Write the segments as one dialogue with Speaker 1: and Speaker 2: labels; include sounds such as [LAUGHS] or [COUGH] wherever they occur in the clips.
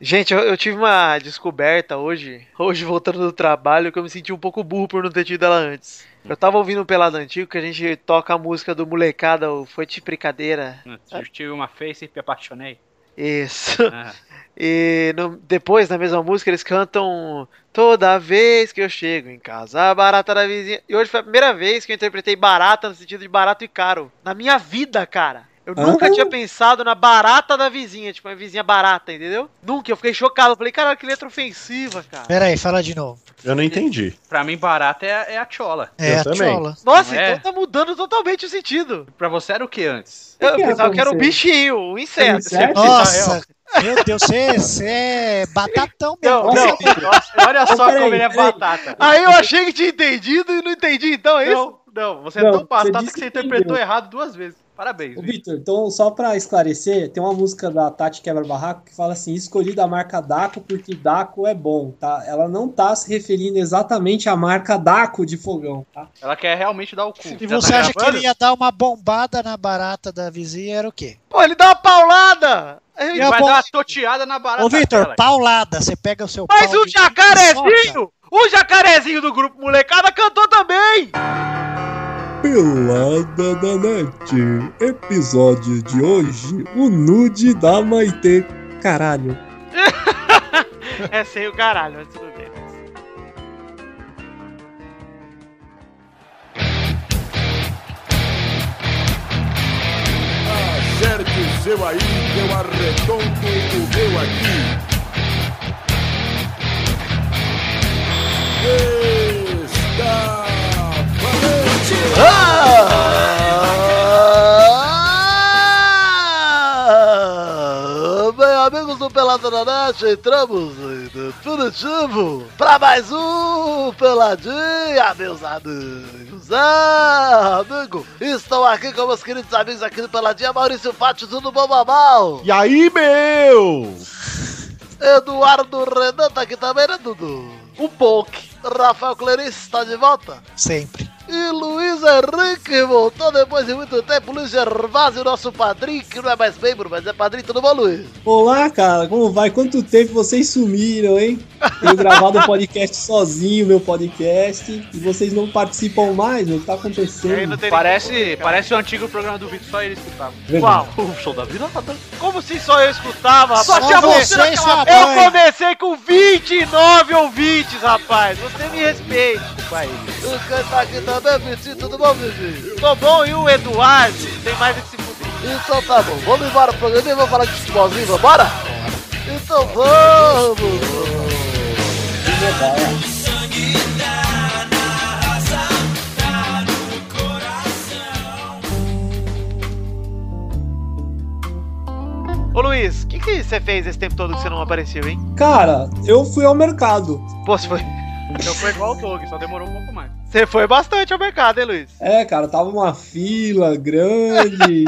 Speaker 1: Gente, eu, eu tive uma descoberta hoje, hoje voltando do trabalho, que eu me senti um pouco burro por não ter tido ela antes. Eu tava ouvindo o Pelado Antigo, que a gente toca a música do Molecada, o Foi de Brincadeira.
Speaker 2: Eu tive uma face e me apaixonei.
Speaker 1: Isso. [LAUGHS] E no- depois, na mesma música, eles cantam Toda vez que eu chego em casa, a barata da vizinha. E hoje foi a primeira vez que eu interpretei barata no sentido de barato e caro. Na minha vida, cara. Eu nunca tinha pensado na barata da vizinha, tipo, uma vizinha barata, entendeu? Nunca, eu fiquei chocado. Eu falei, caralho, que letra ofensiva, cara.
Speaker 3: Pera aí, fala de novo.
Speaker 4: Eu não entendi.
Speaker 2: Pra mim, barata é, é a chola.
Speaker 3: É
Speaker 4: Eu
Speaker 3: a
Speaker 4: também.
Speaker 3: Tchola.
Speaker 1: Nossa,
Speaker 2: Não é?
Speaker 1: então tá mudando totalmente o sentido.
Speaker 2: Pra você era o que antes?
Speaker 1: Eu
Speaker 5: que é
Speaker 1: pensava
Speaker 5: pra
Speaker 1: que era um
Speaker 5: você?
Speaker 1: bichinho, um inseto.
Speaker 5: Inseto?
Speaker 3: Nossa, meu Deus, você- você é batatão mesmo.
Speaker 1: Não,
Speaker 3: Nossa,
Speaker 2: Não, [LAUGHS] olha só
Speaker 5: peraí,
Speaker 2: como ele é
Speaker 5: peraí.
Speaker 2: batata.
Speaker 1: Aí eu achei que tinha entendido e não entendi, então é isso?
Speaker 2: Não, não, você é
Speaker 5: Não,
Speaker 2: tão
Speaker 5: você
Speaker 2: batata
Speaker 5: disse
Speaker 2: que você
Speaker 5: que
Speaker 2: interpretou
Speaker 5: entendeu.
Speaker 2: errado duas vezes. Parabéns.
Speaker 5: Ô,
Speaker 2: Vitor.
Speaker 5: Vitor, então só pra esclarecer, tem uma música da Tati Quebra Barraco que fala assim: escolhi da marca Daco porque Daco é bom, tá? Ela não tá se referindo exatamente à marca Daco de fogão, tá?
Speaker 2: Ela quer realmente dar o cu.
Speaker 3: E
Speaker 2: Já tá
Speaker 3: você acha que
Speaker 2: gravando?
Speaker 3: ele é ia dar uma bombada na barata da vizinha? Era o quê?
Speaker 1: Pô, ele dá uma paulada! Aí eu-
Speaker 3: Eu-
Speaker 2: Vai
Speaker 3: bom-
Speaker 2: dar uma toteada na barata.
Speaker 3: Ô, Vitor,
Speaker 2: dela.
Speaker 3: paulada. Você pega o seu
Speaker 1: Mas
Speaker 3: pau
Speaker 1: o
Speaker 3: de-
Speaker 1: um jacarezinho! O jacarezinho do grupo molecada cantou também! [LAUGHS]
Speaker 6: Pelada da Net. Episódio de hoje, o nude da Maitê.
Speaker 5: Caralho.
Speaker 1: É sem o caralho, mas tudo bem.
Speaker 7: Acerte o seu aí, eu arredondo o meu aqui. Está valente!
Speaker 1: Ah! Bem, amigos do Pelada na Net, entramos em definitivo pra mais um Peladinha, meus amigos. Ah, amigo, estão aqui com meus queridos amigos aqui do Peladinha, Maurício Fátio, tudo bom, babau?
Speaker 4: E aí, meu?
Speaker 1: Eduardo Renan tá aqui também, né, Dudu? O Polk. Rafael Clarice tá de volta?
Speaker 3: Sempre.
Speaker 1: E Luiz Henrique voltou depois de muito tempo. Luiz Gervásio, nosso padrinho, que não é mais membro, mas é padrinho. Tudo bom, Luiz?
Speaker 5: Olá, cara, como vai? Quanto tempo vocês sumiram, hein? Tenho gravado um podcast sozinho, meu podcast, e vocês não participam mais, meu? O que tá acontecendo?
Speaker 2: Parece, parece o antigo programa do Vitor, só ele escutava.
Speaker 5: Verdade.
Speaker 2: O show da vida
Speaker 1: Como se só eu escutava,
Speaker 3: Só
Speaker 1: tá Só tinha você
Speaker 3: você e
Speaker 1: naquela-
Speaker 3: sua
Speaker 1: Eu
Speaker 3: mãe.
Speaker 1: comecei com 29 ouvintes, rapaz. Você me respeite. O cara tá aqui também, Vitinho. Tudo bom, Vitinho? Tô bom. E o Eduardo? Tem mais do que se fuder. Então tá bom. Vamos embora pro programa e vamos falar de futebolzinho. Vambora? Então vamos. Ô Luiz, o que, que você fez esse tempo todo que você não apareceu, hein?
Speaker 5: Cara, eu fui ao mercado.
Speaker 1: Pô, você foi,
Speaker 2: Então foi igual o Doug, só demorou um pouco mais.
Speaker 1: você foi bastante ao mercado, hein, Luiz?
Speaker 5: É, cara, tava uma fila
Speaker 8: [LAUGHS]
Speaker 5: grande.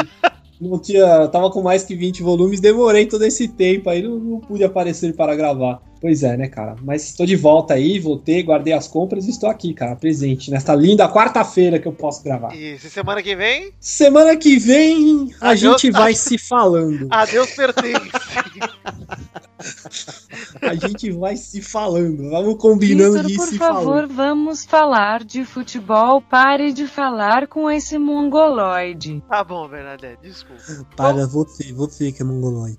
Speaker 5: Não tinha, tava com mais que 20 volumes, demorei todo esse tempo aí, não, não pude aparecer para gravar. Pois é, né, cara? Mas estou de volta aí, voltei, guardei as compras e estou aqui, cara, presente nesta linda quarta-feira que eu posso gravar.
Speaker 1: E se semana que vem,
Speaker 5: Semana que vem a
Speaker 8: Ah,
Speaker 1: Adeus.
Speaker 5: gente vai se falando.
Speaker 1: adeus pertence.
Speaker 5: A gente vai se falando. Vamos combinando de ir
Speaker 8: por
Speaker 5: se
Speaker 8: favor,
Speaker 5: falando.
Speaker 8: vamos falar de futebol. Pare de falar com esse mongoloide.
Speaker 1: [LAUGHS] tá bom, Bernadette, desculpa.
Speaker 6: Para você, você que é mongoloide.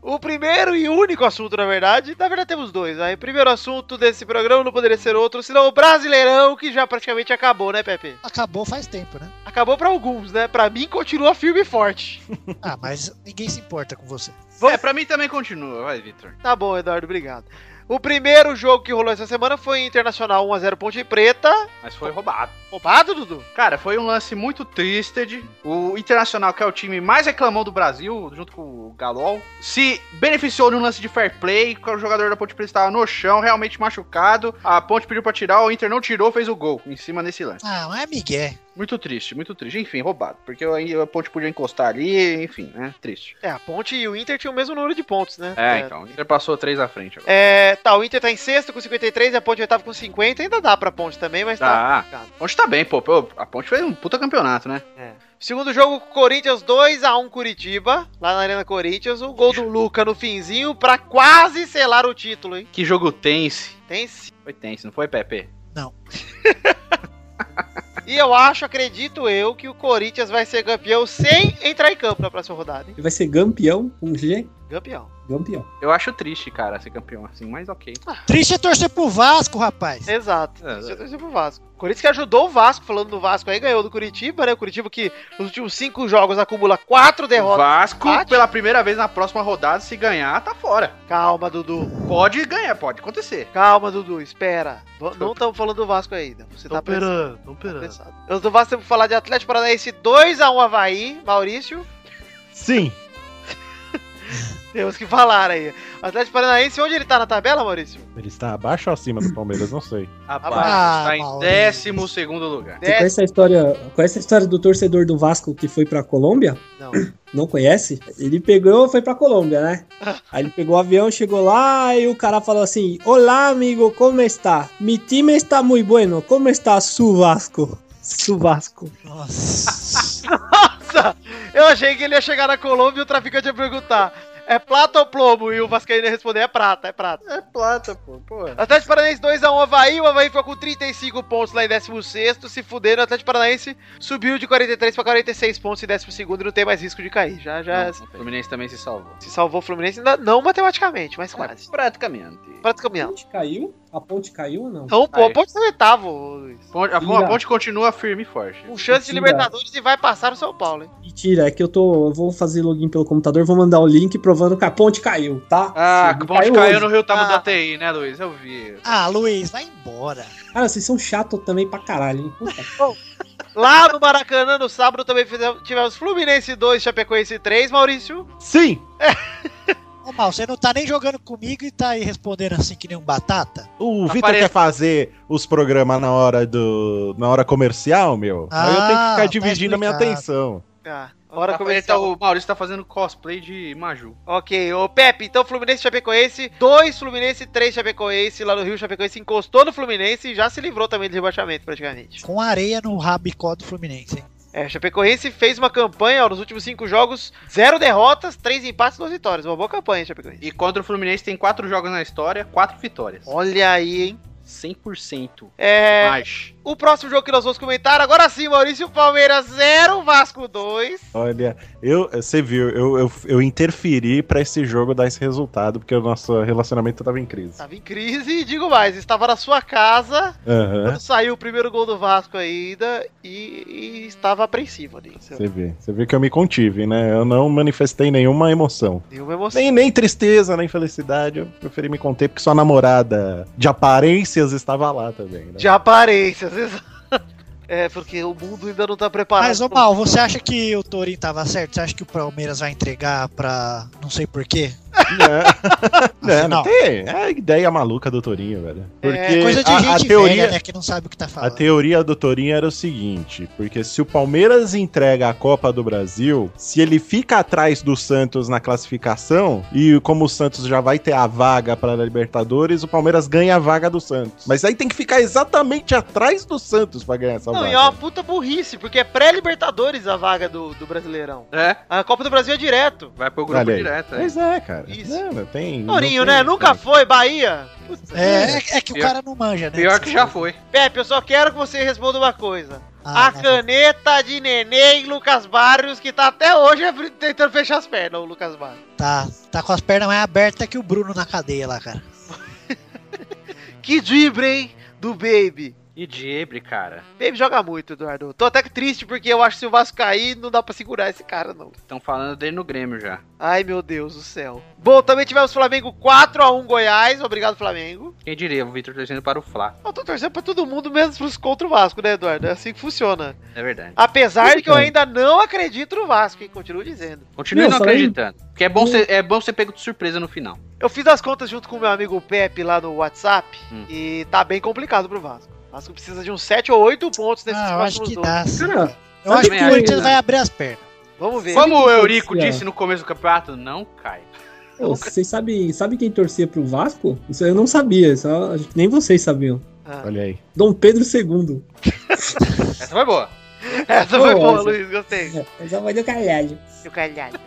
Speaker 1: O primeiro e único assunto, na verdade, na verdade temos dois. Aí, o primeiro assunto desse programa não poderia ser outro, senão o Brasileirão, que já praticamente acabou, né, Pepe?
Speaker 3: Acabou faz tempo, né?
Speaker 1: Acabou pra alguns, né? Pra mim, continua firme e forte.
Speaker 3: Ah, mas ninguém se importa com você.
Speaker 2: É, pra mim também continua, vai, Vitor.
Speaker 1: Tá bom, Eduardo, obrigado. O primeiro jogo que rolou essa semana foi Internacional 1x0 Ponte Preta.
Speaker 2: Mas foi roubado.
Speaker 1: Roubado, Dudu?
Speaker 2: Cara, foi um lance muito triste. de- O Internacional, que é o time mais reclamão do Brasil, junto com o Galol, se beneficiou de um lance de fair play, que o jogador da Ponte Preta estava no chão, realmente machucado. A Ponte pediu pra tirar, o Inter não tirou, fez o gol em cima desse lance.
Speaker 3: Ah, mas é Miguel.
Speaker 2: Muito triste, muito triste. Enfim, roubado. Porque aí a Ponte podia encostar ali, enfim, né? Triste.
Speaker 1: É, a Ponte e o Inter tinham o mesmo número de pontos, né?
Speaker 2: É, então. O Inter passou três à frente agora.
Speaker 1: É, tá, o Inter tá em sexto com 53 e a Ponte oitava com 50. Ainda dá pra Ponte também, mas tá.
Speaker 2: Tá.
Speaker 1: complicado.
Speaker 2: Ponte Ponte tá bem, pô. Pô, A Ponte fez um puta campeonato, né?
Speaker 1: Segundo jogo, Corinthians 2x1 Curitiba, lá na Arena Corinthians. O gol do Luca no finzinho pra quase selar o título, hein?
Speaker 2: Que jogo tense.
Speaker 1: Tem sim.
Speaker 2: Foi tense, não foi, Pepe?
Speaker 1: E eu acho, acredito eu, que o Corinthians vai ser campeão sem entrar em campo na próxima rodada, hein?
Speaker 5: Ele vai ser campeão com G?
Speaker 1: Campeão.
Speaker 5: Campeão.
Speaker 2: Eu acho triste, cara, ser campeão assim, mas ok.
Speaker 3: Triste é torcer pro Vasco, rapaz.
Speaker 1: Exato.
Speaker 2: É,
Speaker 1: Isso
Speaker 2: é.
Speaker 1: eu torci pro Vasco. O Corinthians que ajudou o Vasco, falando do Vasco aí, ganhou do Curitiba, né? O Curitiba que nos últimos cinco jogos acumula quatro derrotas.
Speaker 2: Vasco,
Speaker 1: empate.
Speaker 2: pela primeira vez na próxima rodada, se ganhar, tá fora.
Speaker 1: Calma, Dudu.
Speaker 2: Pode ganhar, pode acontecer.
Speaker 1: Calma, Dudu. Espera. V- Não estamos falando do Vasco ainda. Você tá pensando.
Speaker 9: tô esperando.
Speaker 1: Pensado. Eu do Vasco temos que falar de Atlético Paranaense 2x1 Havaí, Maurício.
Speaker 4: Sim.
Speaker 1: Temos que falar aí. Atlético Paranaense, onde ele tá na tabela, Maurício?
Speaker 4: Ele está abaixo ou acima do Palmeiras? Não sei.
Speaker 2: Rapaz,
Speaker 3: Ah,
Speaker 2: tá em
Speaker 3: Maurício.
Speaker 2: décimo segundo lugar.
Speaker 1: É,
Speaker 5: Você conhece a história, conhece a história do torcedor do Vasco que foi pra Colômbia?
Speaker 1: Não.
Speaker 5: [CLEARS THROAT] Não conhece? Ele pegou, foi pra Colômbia,
Speaker 2: [LAUGHS]
Speaker 5: né? Aí ele pegou o avião, chegou lá e o cara falou assim: "Olá, amigo, como está? Mi time está muy bueno. Como está su Vasco?" Su Vasco.
Speaker 3: Nossa.
Speaker 1: Nossa! Eu achei que ele ia chegar na Colômbia e o traficante ia perguntar. É plata ou plomo? E o Vascaíno ia responder, é prata, é prata.
Speaker 2: É plata, pô. pô.
Speaker 1: Atlético Paranaense 2x1 Havaí, o Havaí ficou com 35 pontos lá em 16º, se fuderam, o Atlético Paranaense subiu de 43 pra 46 pontos em 12º e não tem mais risco de cair, já, já
Speaker 2: o Fluminense também se salvou.
Speaker 1: se salvou o Fluminense, ainda não matematicamente,
Speaker 2: Tá
Speaker 1: mas quase.
Speaker 2: Praticamente.
Speaker 5: A
Speaker 1: Praticamente.
Speaker 5: ponte caiu? A ponte caiu ou não?
Speaker 1: Então, pô,
Speaker 2: Aí.
Speaker 1: pode ser oitavo, Luiz.
Speaker 2: Ponte- a,
Speaker 5: Ira.
Speaker 2: a ponte continua firme e forte.
Speaker 1: Com chance de
Speaker 5: Mentira.
Speaker 1: Libertadores e vai passar o São Paulo, hein?
Speaker 5: Mentira, é que eu tô, eu vou fazer login pelo computador, vou mandar o link provando que a ponte caiu, tá?
Speaker 2: Ah,
Speaker 5: Sim,
Speaker 2: a ponte caiu,
Speaker 5: hoje.
Speaker 2: no Rio Tamo
Speaker 1: Ah.
Speaker 2: da TI, né, Luiz? Eu vi.
Speaker 3: Ah, Luiz, vai embora.
Speaker 5: Cara, vocês são chatos também pra caralho, hein? Puta
Speaker 1: Lá no Maracanã, no sábado, também fizemos- tivemos Fluminense 2, Chapecoense 3, Maurício.
Speaker 4: Sim.
Speaker 3: Ô, Mal, você não tá nem jogando comigo e tá aí respondendo assim que nem um batata?
Speaker 4: O Vitor
Speaker 2: Aparece-
Speaker 4: quer fazer os programas na hora do na hora comercial, meu. Aí eu tenho que
Speaker 3: Ah, tá
Speaker 4: ficar dividindo a minha
Speaker 3: explicado.
Speaker 4: atenção.
Speaker 1: Ah, hora
Speaker 2: Tá- ele tá-
Speaker 1: comercial.
Speaker 2: o Maurício tá fazendo cosplay de Maju.
Speaker 1: Ok, ô Pepe, então Fluminense e Chapecoense, 2 Fluminense, 3 Chapecoense, lá no Rio, Chapecoense encostou no Fluminense e já se livrou também do rebaixamento praticamente.
Speaker 3: Com areia no rabicó do Fluminense, hein?
Speaker 1: É, Chapecoense fez uma campanha, ó, nos últimos 5 jogos, 0 derrotas, 3 empates, 2 vitórias. Uma boa campanha, hein, Chapecoense.
Speaker 2: E contra o Fluminense tem quatro jogos na história, quatro vitórias.
Speaker 1: Olha aí, hein?
Speaker 2: 100%
Speaker 1: É,
Speaker 2: mais.
Speaker 1: o próximo jogo que nós vamos comentar, agora sim, Maurício, Palmeiras 0, Vasco 2.
Speaker 4: Olha, eu você viu, eu, eu, eu interferi pra esse jogo dar esse resultado porque o nosso relacionamento tava em crise.
Speaker 1: Estava em crise e digo mais, estava na sua casa,
Speaker 4: Aham.
Speaker 3: Uhum.
Speaker 1: Quando saiu o primeiro gol do Vasco ainda e, e estava apreensivo ali. Seu-
Speaker 4: Você vê, você vê que eu me contive, né? Eu não manifestei nenhuma emoção.
Speaker 1: Nenhuma emoção.
Speaker 4: Nem, nem tristeza, nem felicidade. Eu preferi me conter porque sua namorada de aparências estava lá também, né?
Speaker 1: De aparências, [LAUGHS] exato. É, porque o mundo ainda não está preparado.
Speaker 3: Mas, ô Mal, você acha que o Torinho tava certo? Você acha que o Palmeiras vai entregar pra não sei porquê? [LAUGHS]
Speaker 4: Não, não,
Speaker 3: Afinal.
Speaker 4: tem. É a ideia maluca do Torinho, velho. Porque
Speaker 1: É,
Speaker 3: Coisa de
Speaker 4: a,
Speaker 3: gente
Speaker 4: a teoria,
Speaker 3: velha, né? Que não sabe o que tá
Speaker 4: a
Speaker 3: falando.
Speaker 4: teoria do Torinho era o seguinte: porque se o Palmeiras entrega a Copa do Brasil, se ele fica atrás do Santos na classificação, e como o Santos já vai ter a vaga para a Libertadores, o Palmeiras ganha a vaga do Santos. Mas aí tem que ficar exatamente atrás do Santos para ganhar essa
Speaker 1: Não,
Speaker 4: vaga.
Speaker 1: e é uma puta burrice, porque é pré-Libertadores a vaga do, do Brasileirão.
Speaker 2: É,
Speaker 1: A Copa do Brasil é direto.
Speaker 2: vai pro grupo
Speaker 4: Olha aí.
Speaker 2: direto. é.
Speaker 4: Pois é, cara.
Speaker 1: Isso.
Speaker 4: Não, não tem. não
Speaker 1: Torinho,
Speaker 4: tem-
Speaker 1: né? Nunca foi, Bahia. Putz.
Speaker 3: É, é- é que o
Speaker 2: Pior-
Speaker 3: cara não manja, né?
Speaker 2: Pior que já foi.
Speaker 1: Pepe, eu só quero que você responda uma coisa.
Speaker 3: Ah,
Speaker 1: a
Speaker 3: não.
Speaker 1: caneta de neném Lucas Barrios, que tá até hoje abri- tentando fechar as pernas, o Lucas Barrios.
Speaker 3: Tá, tá com as pernas mais abertas que o Bruno na cadeia lá, cara.
Speaker 1: Que drible, hein? Do Baby.
Speaker 2: E Diebre, cara.
Speaker 1: Baby joga muito, Eduardo. Tô até que triste porque eu acho que se o Vasco cair, não dá pra segurar esse cara, não.
Speaker 2: Estão falando dele no Grêmio já.
Speaker 1: Ai, meu Deus do céu. Bom, também tivemos Flamengo 4x1 Goiás. Obrigado, Flamengo.
Speaker 2: Quem diria, o Vitor torcendo para o Flá.
Speaker 1: Eu tô torcendo pra todo mundo, menos pros contra o Vasco, né, Eduardo? É assim que funciona.
Speaker 2: É verdade.
Speaker 1: Apesar de que eu ainda não acredito no Vasco, hein? Continuo dizendo.
Speaker 2: Continue
Speaker 5: Meu,
Speaker 2: não
Speaker 5: falei-
Speaker 2: acreditando. Porque é bom, ser, é bom ser pego de surpresa no final.
Speaker 1: Eu fiz as contas junto com o meu amigo Pepe lá no WhatsApp
Speaker 2: Hum.
Speaker 1: e tá bem complicado pro Vasco. O Vasco precisa de uns 7 ou 8 pontos nesses
Speaker 3: Ah, eu acho
Speaker 1: próximos
Speaker 3: que
Speaker 1: dois.
Speaker 3: dá. sim.
Speaker 5: Cara,
Speaker 3: Eu acho que
Speaker 2: também
Speaker 3: o Corinthians
Speaker 2: acho.
Speaker 3: vai abrir as pernas.
Speaker 1: Vamos ver. [LAUGHS]
Speaker 2: Como o
Speaker 5: que
Speaker 2: Eurico
Speaker 5: acontecia?
Speaker 2: disse no começo do campeonato, não cai.
Speaker 5: Ô, vocês sabem sabe quem torcia pro Vasco? Isso eu não sabia, só, nem vocês sabiam.
Speaker 1: Ah.
Speaker 4: Olha aí.
Speaker 5: Dom Pedro II.
Speaker 2: Essa foi boa.
Speaker 1: Essa É, foi
Speaker 5: Boa,
Speaker 1: boa,
Speaker 5: essa.
Speaker 1: Luiz, gostei.
Speaker 5: Mas é uma do caralho.
Speaker 1: Seu caralho.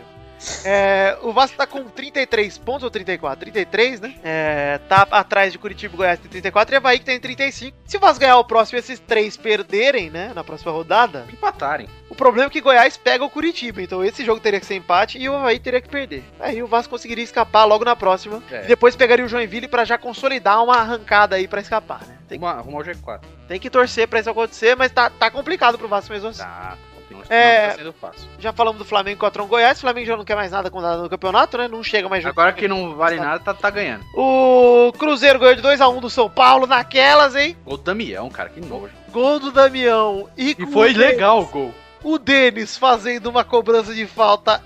Speaker 1: É, o Vasco tá com 33 pontos, ou 34? 33, né? É, tá atrás de Curitiba e Goiás tem 34 e Havaí que tem 35. Se o Vasco ganhar o próximo e esses três perderem, né? Na próxima rodada,
Speaker 2: Empatarem.
Speaker 1: o problema é que Goiás pega o Curitiba. Então esse jogo teria que ser empate e o Havaí teria que perder. Aí o Vasco conseguiria escapar logo na próxima.
Speaker 2: É.
Speaker 1: E depois pegaria o Joinville pra já consolidar uma arrancada aí pra escapar, né? Tem,
Speaker 2: Arrumar, arrumar o G4.
Speaker 1: tem que torcer pra isso acontecer, mas tá, tá complicado pro Vasco mesmo assim.
Speaker 2: Tá. Não,
Speaker 1: É.
Speaker 2: não tá sendo fácil.
Speaker 1: Já falamos do Flamengo contra o Goiás. O Flamengo já não quer mais nada com nada no campeonato, né? Não chega mais jogo.
Speaker 2: Agora que não vale nada, tá, tá ganhando.
Speaker 1: O Cruzeiro ganhou de 2x1 do São Paulo naquelas, hein?
Speaker 2: Gol do Damião, cara, que nojo.
Speaker 1: Gol do Damião. E,
Speaker 2: E
Speaker 1: com
Speaker 2: foi
Speaker 1: o
Speaker 2: legal o gol.
Speaker 1: De- O Denis fazendo uma cobrança de falta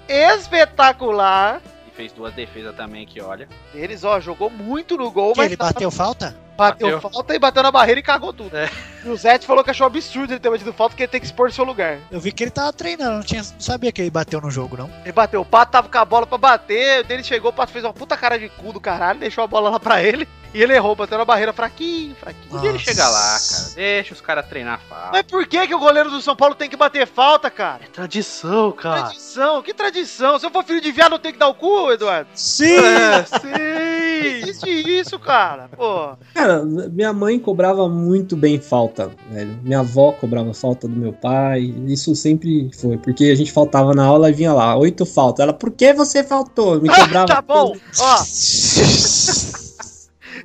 Speaker 1: espetacular.
Speaker 2: E fez duas defesas também que olha.
Speaker 1: Denis, ó, jogou muito no gol,
Speaker 3: Que
Speaker 1: mas tá
Speaker 3: ele bateu falta?
Speaker 1: bateu
Speaker 2: Bateu.
Speaker 1: falta e bateu na barreira e cagou tudo.
Speaker 2: É.
Speaker 1: E o Zete falou que achou absurdo ele ter batido falta porque ele tem que expor seu lugar.
Speaker 3: Eu vi que ele tava treinando, não, tinha, não sabia que ele bateu no jogo, não.
Speaker 1: Ele bateu, o Pato tava com a bola pra bater, o Denis chegou, o Pato fez uma puta cara de cu do caralho, deixou a bola lá pra ele e ele errou, bateu na barreira fraquinho, fraquinho.
Speaker 2: Podia ele
Speaker 3: Nossa.
Speaker 2: chegar lá, cara. Deixa os caras treinar fácil.
Speaker 5: é
Speaker 1: Mas por que, que o goleiro do São Paulo tem que bater falta, cara?
Speaker 2: Tradição,
Speaker 10: Ah.
Speaker 2: cara.
Speaker 1: Tradição, que tradição? Se eu for filho de viado, eu tenho que dar o cu, Eduardo?
Speaker 3: Sim!
Speaker 1: [LAUGHS] Não existe isso, cara. Pô,
Speaker 5: Cara, minha mãe cobrava muito bem falta, velho. Minha avó cobrava falta do meu pai. Isso sempre foi, porque a gente faltava na aula e vinha lá, oito faltas. Ela, por que você faltou? Me
Speaker 1: [LAUGHS]
Speaker 5: cobrava.
Speaker 1: tá bom. Ó,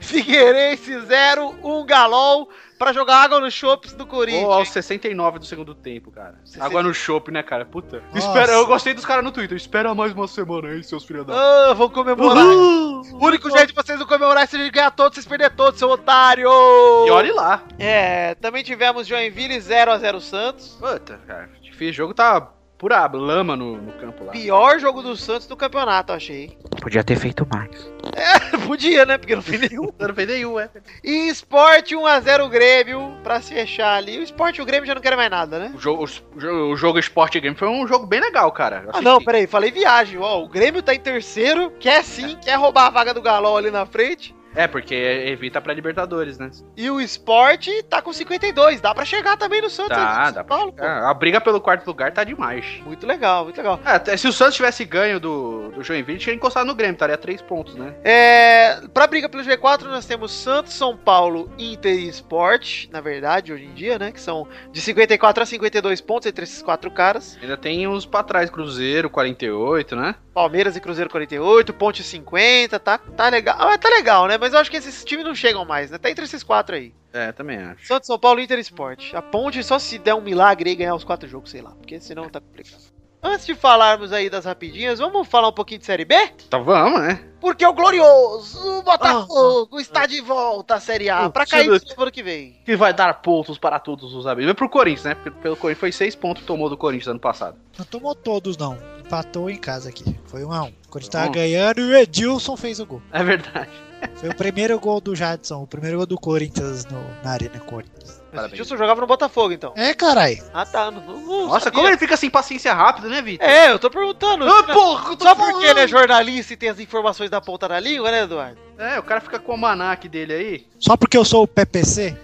Speaker 1: Figueirense 0, um galol pra jogar água no chopps do Corinthians.
Speaker 2: Ou aos 69 do segundo tempo, cara.
Speaker 1: 60.
Speaker 2: Água no chopp, né, cara? Puta.
Speaker 3: Nossa.
Speaker 2: Espera, eu gostei dos caras no Twitter. Espera mais uma semana aí, seus filhos da.
Speaker 1: Ah, vou comemorar. O único jeito de vocês não comemorar é se a gente ganhar todos, vocês perderem todos, seu otário!
Speaker 2: E olhe lá.
Speaker 1: É, também tivemos Joinville 0x0 Santos.
Speaker 2: Puta, cara. Difícil. O jogo tá pura lama no, no campo lá.
Speaker 1: Pior jogo do Santos do campeonato, eu achei.
Speaker 9: Podia ter feito mais.
Speaker 1: [LAUGHS] Podia, né? Porque não fez nenhum.
Speaker 2: Não fez nenhum, é.
Speaker 1: E Sport 1x0 Grêmio, pra se fechar ali. O Sport e o Grêmio já não querem mais nada, né?
Speaker 2: O jogo, o jogo, o jogo Sport Game foi um jogo bem legal, cara. Eu
Speaker 1: Ah, não,
Speaker 2: assisti.
Speaker 1: peraí, falei viagem. Ó, o Grêmio tá em terceiro, quer sim, quer roubar a vaga do Galol ali na frente.
Speaker 2: É, porque evita pra Libertadores, né?
Speaker 1: E o Sport tá com 52, dá pra chegar também no Santos. ali, no
Speaker 2: Tá,
Speaker 1: São
Speaker 2: dá pra.
Speaker 1: Paulo, pô.
Speaker 2: Ah, A briga pelo quarto lugar tá demais.
Speaker 1: Muito legal, muito legal.
Speaker 2: É, até se o Santos tivesse ganho do, do Joinville, tinha encostado no Grêmio, estaria três pontos, né?
Speaker 1: É, pra briga pelo G4, nós temos Santos, São Paulo, Inter e Sport, na verdade, hoje em dia, né? Que são de 54 a 52 pontos entre esses quatro caras.
Speaker 2: Ainda tem uns pra trás, Cruzeiro, 48, né?
Speaker 1: Palmeiras e Cruzeiro 48, Ponte 50, tá, tá legal. Ah, tá legal, né? Mas eu acho que esses times não chegam mais, né? Tá entre esses quatro aí.
Speaker 2: É, também acho.
Speaker 1: Santos, São Paulo, Inter e Sport. A Ponte só se der um milagre e ganhar os quatro jogos, sei lá, porque senão tá complicado. Antes de falarmos aí das rapidinhas, vamos falar um pouquinho de Série B?
Speaker 2: Então vamos, né?
Speaker 1: Porque o glorioso Botafogo está de volta à Série A,
Speaker 2: Oh,
Speaker 1: pra cair
Speaker 2: Jesus.
Speaker 1: no ano que vem.
Speaker 2: Que vai dar pontos para todos os amigos. É pro Corinthians, né? Porque pelo Corinthians foi seis pontos que tomou do Corinthians ano passado.
Speaker 3: Não tomou todos, não. Empatou em casa aqui. Foi um a um. Quando
Speaker 2: Foi um a um.
Speaker 3: tava ganhando, o Edilson fez o gol.
Speaker 2: É verdade.
Speaker 3: Foi o primeiro gol do Jadson, o primeiro gol do Corinthians no, na Arena Corinthians.
Speaker 1: Mas o
Speaker 2: Parabéns.
Speaker 1: Gilson jogava no Botafogo, então.
Speaker 3: É, carai.
Speaker 1: Tá Ah, tá. Não, não- não
Speaker 2: Nossa,
Speaker 1: sabia.
Speaker 2: como é ele fica sem paciência rápido, né, Vitor?
Speaker 1: É, eu tô perguntando.
Speaker 2: Ah, porra, eu tô
Speaker 1: Só porque ele é
Speaker 2: falando.
Speaker 1: jornalista e tem as informações da ponta da língua, né, Eduardo?
Speaker 2: É, o cara fica com o manac dele aí.
Speaker 3: Só porque eu sou o PPC?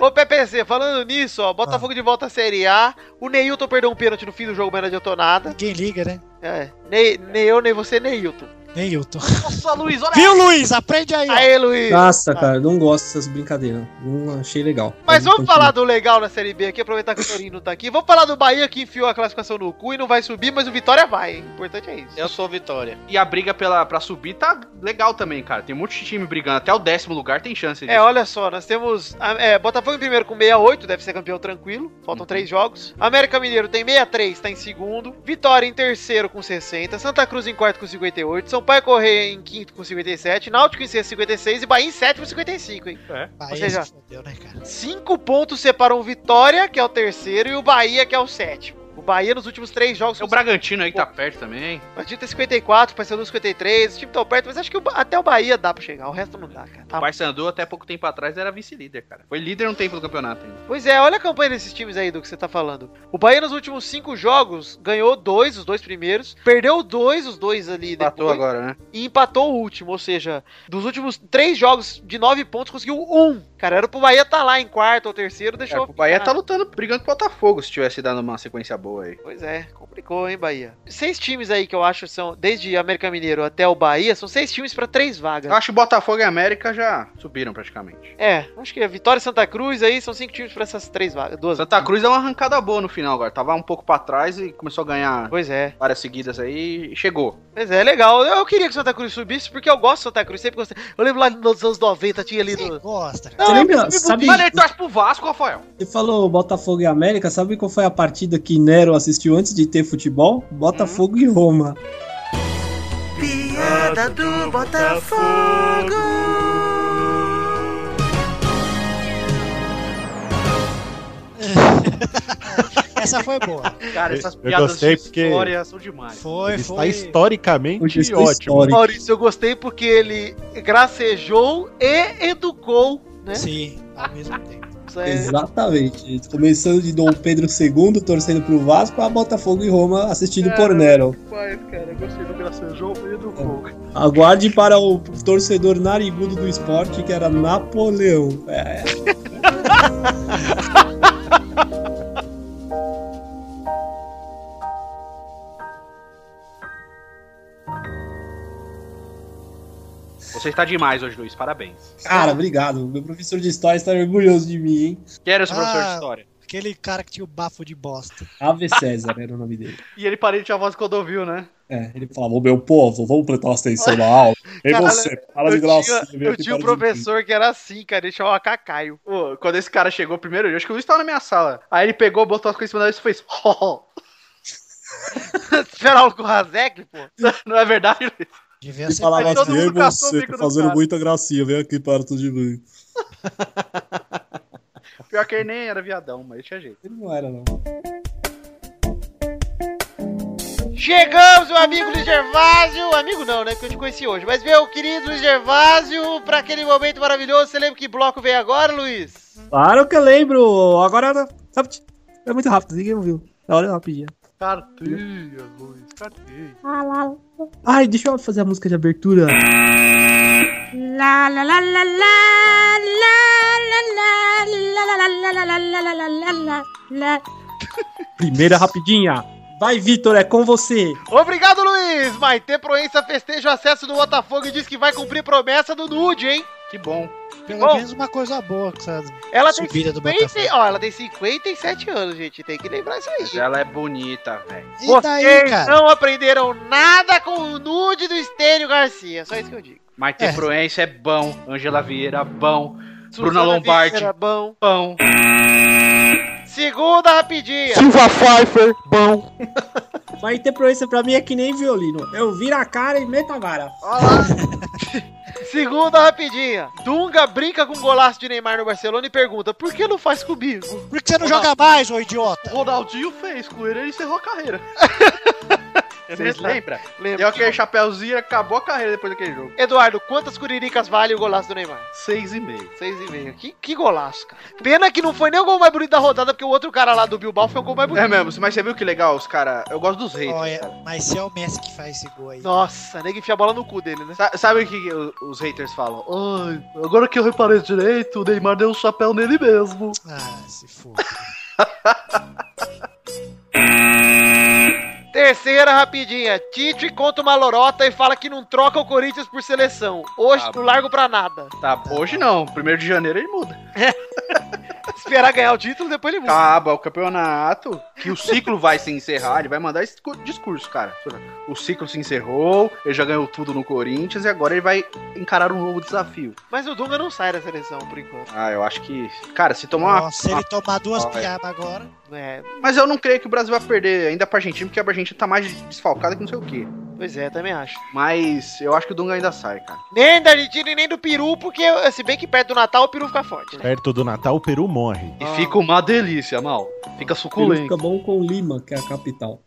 Speaker 1: Ô, PPC, falando nisso, ó,
Speaker 2: Ah.
Speaker 1: Botafogo de volta à Série A. O Neilton perdeu um pênalti no fim do jogo, mas não adiantou nada.
Speaker 3: Ninguém liga, né?
Speaker 1: É, nem, nem eu, nem você, nem Hilton.
Speaker 3: Nem eu tô.
Speaker 1: Nossa, Luiz, olha
Speaker 3: Viu, Luiz? Aprende aí, ó.
Speaker 1: aí, Luiz.
Speaker 2: Tá.
Speaker 5: Nossa, cara, não gosto dessas brincadeiras. Não achei legal.
Speaker 1: Mas vamos
Speaker 5: Continua.
Speaker 1: falar do legal na Série B aqui, aproveitar que o Torino não tá aqui. Vamos falar do Bahia que enfiou a classificação no cu e não vai subir, mas o Vitória vai, hein? O importante é isso.
Speaker 10: Eu sou o Vitória.
Speaker 2: E a briga pela, pra subir tá legal também, cara. Tem um monte de time brigando. Até o décimo lugar tem chance disso.
Speaker 1: É, olha só, nós temos ah, é, Botafogo em primeiro com 68, deve ser campeão tranquilo,
Speaker 2: Uhum.
Speaker 1: faltam três jogos. América Mineiro tem 63, tá em segundo. Vitória em terceiro com 60, Santa Cruz em quarto com 58, Sampaio Correia em quinto com 57, Náutico em sexto com 56 e Bahia em sétimo com 55, hein?
Speaker 3: Bahia
Speaker 1: ou seja-
Speaker 3: se fodeu, né, cara?
Speaker 1: Cinco pontos separam o Vitória, que é o terceiro, e o Bahia, que é o sétimo. O Bahia nos últimos três jogos.
Speaker 2: O Bragantino aí que tá perto também.
Speaker 1: O Bragantino tem 54, o Paysandu 53, o time tá perto, mas acho que o Ba- até o Bahia dá pra chegar, o resto não dá, cara. Tá
Speaker 2: O Paysandu até pouco tempo atrás era vice-líder, cara. Foi líder um tempo do campeonato ainda.
Speaker 1: Pois é, olha a campanha desses times aí do que você tá falando. O Bahia nos últimos cinco jogos ganhou dois, os dois primeiros, perdeu dois, os dois ali
Speaker 2: Empatou
Speaker 1: depois,
Speaker 2: agora, né?
Speaker 1: e empatou o último. Ou seja, dos últimos três jogos de nove pontos, conseguiu um. Cara, era pro Bahia tá lá em quarto ou terceiro, deixou.
Speaker 2: É, o Bahia
Speaker 1: ficar.
Speaker 2: tá lutando, brigando com o Botafogo se tivesse dado uma sequência boa aí.
Speaker 1: Pois é, complicou, hein, Bahia. Seis times aí que eu acho são, desde América Mineiro até o Bahia, são seis times pra três vagas.
Speaker 2: Eu acho que Botafogo e América já subiram praticamente.
Speaker 1: É, acho que é Vitória e Santa Cruz aí são cinco times pra essas três vagas. Duas.
Speaker 2: Santa Cruz deu uma arrancada boa no final agora. Tava um pouco pra trás e começou a ganhar
Speaker 1: Pois é.
Speaker 2: várias seguidas aí e chegou.
Speaker 1: Pois é, legal. Eu, eu queria que o Santa Cruz subisse, porque eu gosto do Santa Cruz, sempre gostei. Eu lembro lá nos anos 90, tinha ali
Speaker 3: Você
Speaker 1: no.
Speaker 3: gosta.
Speaker 1: Não,
Speaker 5: Você
Speaker 1: é
Speaker 5: lembra,
Speaker 1: porque eu me
Speaker 5: sabe-
Speaker 2: Mas ele torce pro Vasco, Rafael.
Speaker 5: Você falou Botafogo e América, sabe qual foi a partida que Nero assistiu antes de ter futebol?
Speaker 1: Hum.
Speaker 5: Botafogo e Roma.
Speaker 7: Piada do Botafogo.
Speaker 3: Essa foi boa.
Speaker 2: Cara,
Speaker 4: Eu-
Speaker 2: essas
Speaker 4: eu
Speaker 2: piadas
Speaker 4: gostei
Speaker 2: de
Speaker 4: porque-
Speaker 2: história são demais.
Speaker 3: Foi,
Speaker 4: Ele está
Speaker 3: foi.
Speaker 5: Um
Speaker 4: historicamente
Speaker 5: texto
Speaker 4: ótimo.
Speaker 5: histórico.
Speaker 1: Maurício, eu gostei porque ele gracejou e educou, né?
Speaker 3: Sim, ao mesmo tempo.
Speaker 1: Isso é-
Speaker 5: Exatamente. Começando de Dom Pedro II torcendo pro Vasco, a Botafogo e Roma assistido por Nero.
Speaker 1: Mas, cara, eu gostei do gracejou e educou.
Speaker 5: Aguarde para o torcedor narigudo do esporte, que era Napoleão. É.
Speaker 2: Você está demais hoje, Luiz. Parabéns.
Speaker 5: Cara, obrigado. Meu professor de história está orgulhoso de mim, hein?
Speaker 2: Quero esse
Speaker 3: Ah.
Speaker 2: professor de história.
Speaker 3: Aquele cara que tinha o bafo de bosta.
Speaker 5: Ave César era o nome dele.
Speaker 2: E ele parei de tirar voz quando ouviu, né?
Speaker 5: É, ele falava, ô meu povo, vamos prestar atenção na aula. E
Speaker 1: Caralho,
Speaker 5: você, para de
Speaker 1: Eu
Speaker 5: gracinha.
Speaker 1: tinha,
Speaker 5: vem
Speaker 1: eu
Speaker 5: aqui
Speaker 1: tinha um
Speaker 5: para de-
Speaker 1: professor que era assim, cara, ele chamava Cacaio.
Speaker 2: Pô, quando esse cara chegou o primeiro, dia, acho que o Luiz tava na minha sala. Aí ele pegou, botou as coisas em cima da mesa e fez.
Speaker 1: [LAUGHS]
Speaker 2: "Ho, ho".
Speaker 1: Esperar o Razek, pô. [LAUGHS]
Speaker 2: Não é verdade, Luiz?
Speaker 3: Devia
Speaker 5: Ele
Speaker 3: ser.
Speaker 5: falava
Speaker 2: Aí todo
Speaker 5: assim, ei
Speaker 2: mundo caçou o
Speaker 5: você,
Speaker 2: bico
Speaker 5: tá
Speaker 2: do
Speaker 5: fazendo
Speaker 2: cara.
Speaker 5: muita gracinha, vem aqui perto de mim.
Speaker 2: Pior que ele nem era viadão, mas tinha jeito.
Speaker 5: Ele não era, não.
Speaker 1: Chegamos, meu amigo Luiz Gervásio. Amigo não, né? Porque eu te conheci hoje. Mas meu querido Luiz Gervásio, pra aquele momento maravilhoso. Você lembra que bloco veio agora, Luiz?
Speaker 5: Claro que eu lembro. Agora, sabe, é muito rápido, ninguém ouviu. É Olha rapidinho.
Speaker 2: Cartinha, Luiz, cartinha.
Speaker 5: Ai, deixa eu fazer a música de abertura.
Speaker 9: La la la la la la la la la la la la la la la la la.
Speaker 5: Primeira rapidinha. Vai, Vitor, é com você.
Speaker 1: Obrigado, Luiz. Maite Proença festeja o acesso do Botafogo e diz que vai cumprir promessa do Nude, hein?
Speaker 2: Que bom.
Speaker 3: Pelo
Speaker 1: Bom.
Speaker 3: menos uma coisa boa com essa
Speaker 1: Ela tem,
Speaker 3: subida do
Speaker 1: 50
Speaker 3: Botafogo.
Speaker 1: ó, ela tem 57 anos, gente. Tem que lembrar isso aí.
Speaker 2: Ela é bonita, velho.
Speaker 3: E daí,
Speaker 1: Vocês
Speaker 3: cara?
Speaker 1: não aprenderam nada com o nude do Estênio Garcia. Só isso que eu digo.
Speaker 2: Maite
Speaker 3: É.
Speaker 2: Proença é bom. Angela Vieira, bom. Bruna
Speaker 1: Suzana
Speaker 2: Lombardi.
Speaker 1: Vieira, bom.
Speaker 2: Bom.
Speaker 1: Segunda rapidinha.
Speaker 6: Silva Pfeiffer, bom.
Speaker 5: Vai ter proença pra mim é que nem violino. Eu viro a cara e meto a vara.
Speaker 1: Olha lá. [LAUGHS] Segunda rapidinha. Dunga brinca com o golaço de Neymar no Barcelona e pergunta: por que não faz comigo?
Speaker 3: Por que você não joga mais, ô idiota?
Speaker 2: Ronaldinho fez com ele, ele encerrou a carreira. Vocês
Speaker 1: verdade.
Speaker 2: lembram? Deu
Speaker 1: Lembra?
Speaker 2: aquele chapéuzinho, acabou a carreira depois daquele jogo.
Speaker 1: Eduardo, quantas curiricas vale o golaço do Neymar?
Speaker 2: Seis e meio.
Speaker 1: Seis e meio. Que, que golaço, cara. Pena que não foi nem o gol mais bonito da rodada, porque o outro cara lá do Bilbao foi o gol mais bonito.
Speaker 2: É mesmo, mas você viu que legal os caras. Eu gosto dos reis.
Speaker 3: Olha, mas se é o Messi que faz esse gol aí.
Speaker 1: Nossa, nego enfia a bola no cu dele, né?
Speaker 2: Sa- Sabe o que o- os haters falam? Ai, agora que eu reparei direito, o Neymar deu um chapéu
Speaker 1: [LAUGHS]
Speaker 2: nele mesmo.
Speaker 3: Ah, se for.
Speaker 1: Terceira rapidinha. Tite conta uma lorota e fala que não troca o Corinthians por seleção. Hoje
Speaker 2: Tá
Speaker 1: não largo pra nada.
Speaker 2: Tá, hoje não. Primeiro de janeiro ele muda.
Speaker 1: Esperar ganhar o título, depois ele muda.
Speaker 2: Acaba o campeonato, que o ciclo vai se encerrar, ele vai mandar esse cu- discurso, cara. O ciclo se encerrou, ele já ganhou tudo no Corinthians e agora ele vai encarar um novo desafio.
Speaker 1: Mas o Dunga não sai da seleção, por enquanto.
Speaker 2: Ah, eu acho que. Cara, se tomar uma.
Speaker 3: Nossa, se ele tomar duas
Speaker 2: Olha.
Speaker 3: piabas agora.
Speaker 1: É,
Speaker 2: Mas eu não creio que o Brasil vai perder ainda pra Argentina, porque a Argentina tá mais desfalcada que não sei o quê.
Speaker 1: Pois é, também acho.
Speaker 2: Mas eu acho que o Dunga ainda sai, cara.
Speaker 1: Nem da Argentina e nem do Peru, porque se bem que perto do Natal o Peru fica forte, né?
Speaker 4: Perto do Natal, o Peru morre.
Speaker 2: E fica uma delícia, mal. Fica
Speaker 5: Ele
Speaker 2: suculento.
Speaker 5: fica bom com Lima, que é a capital.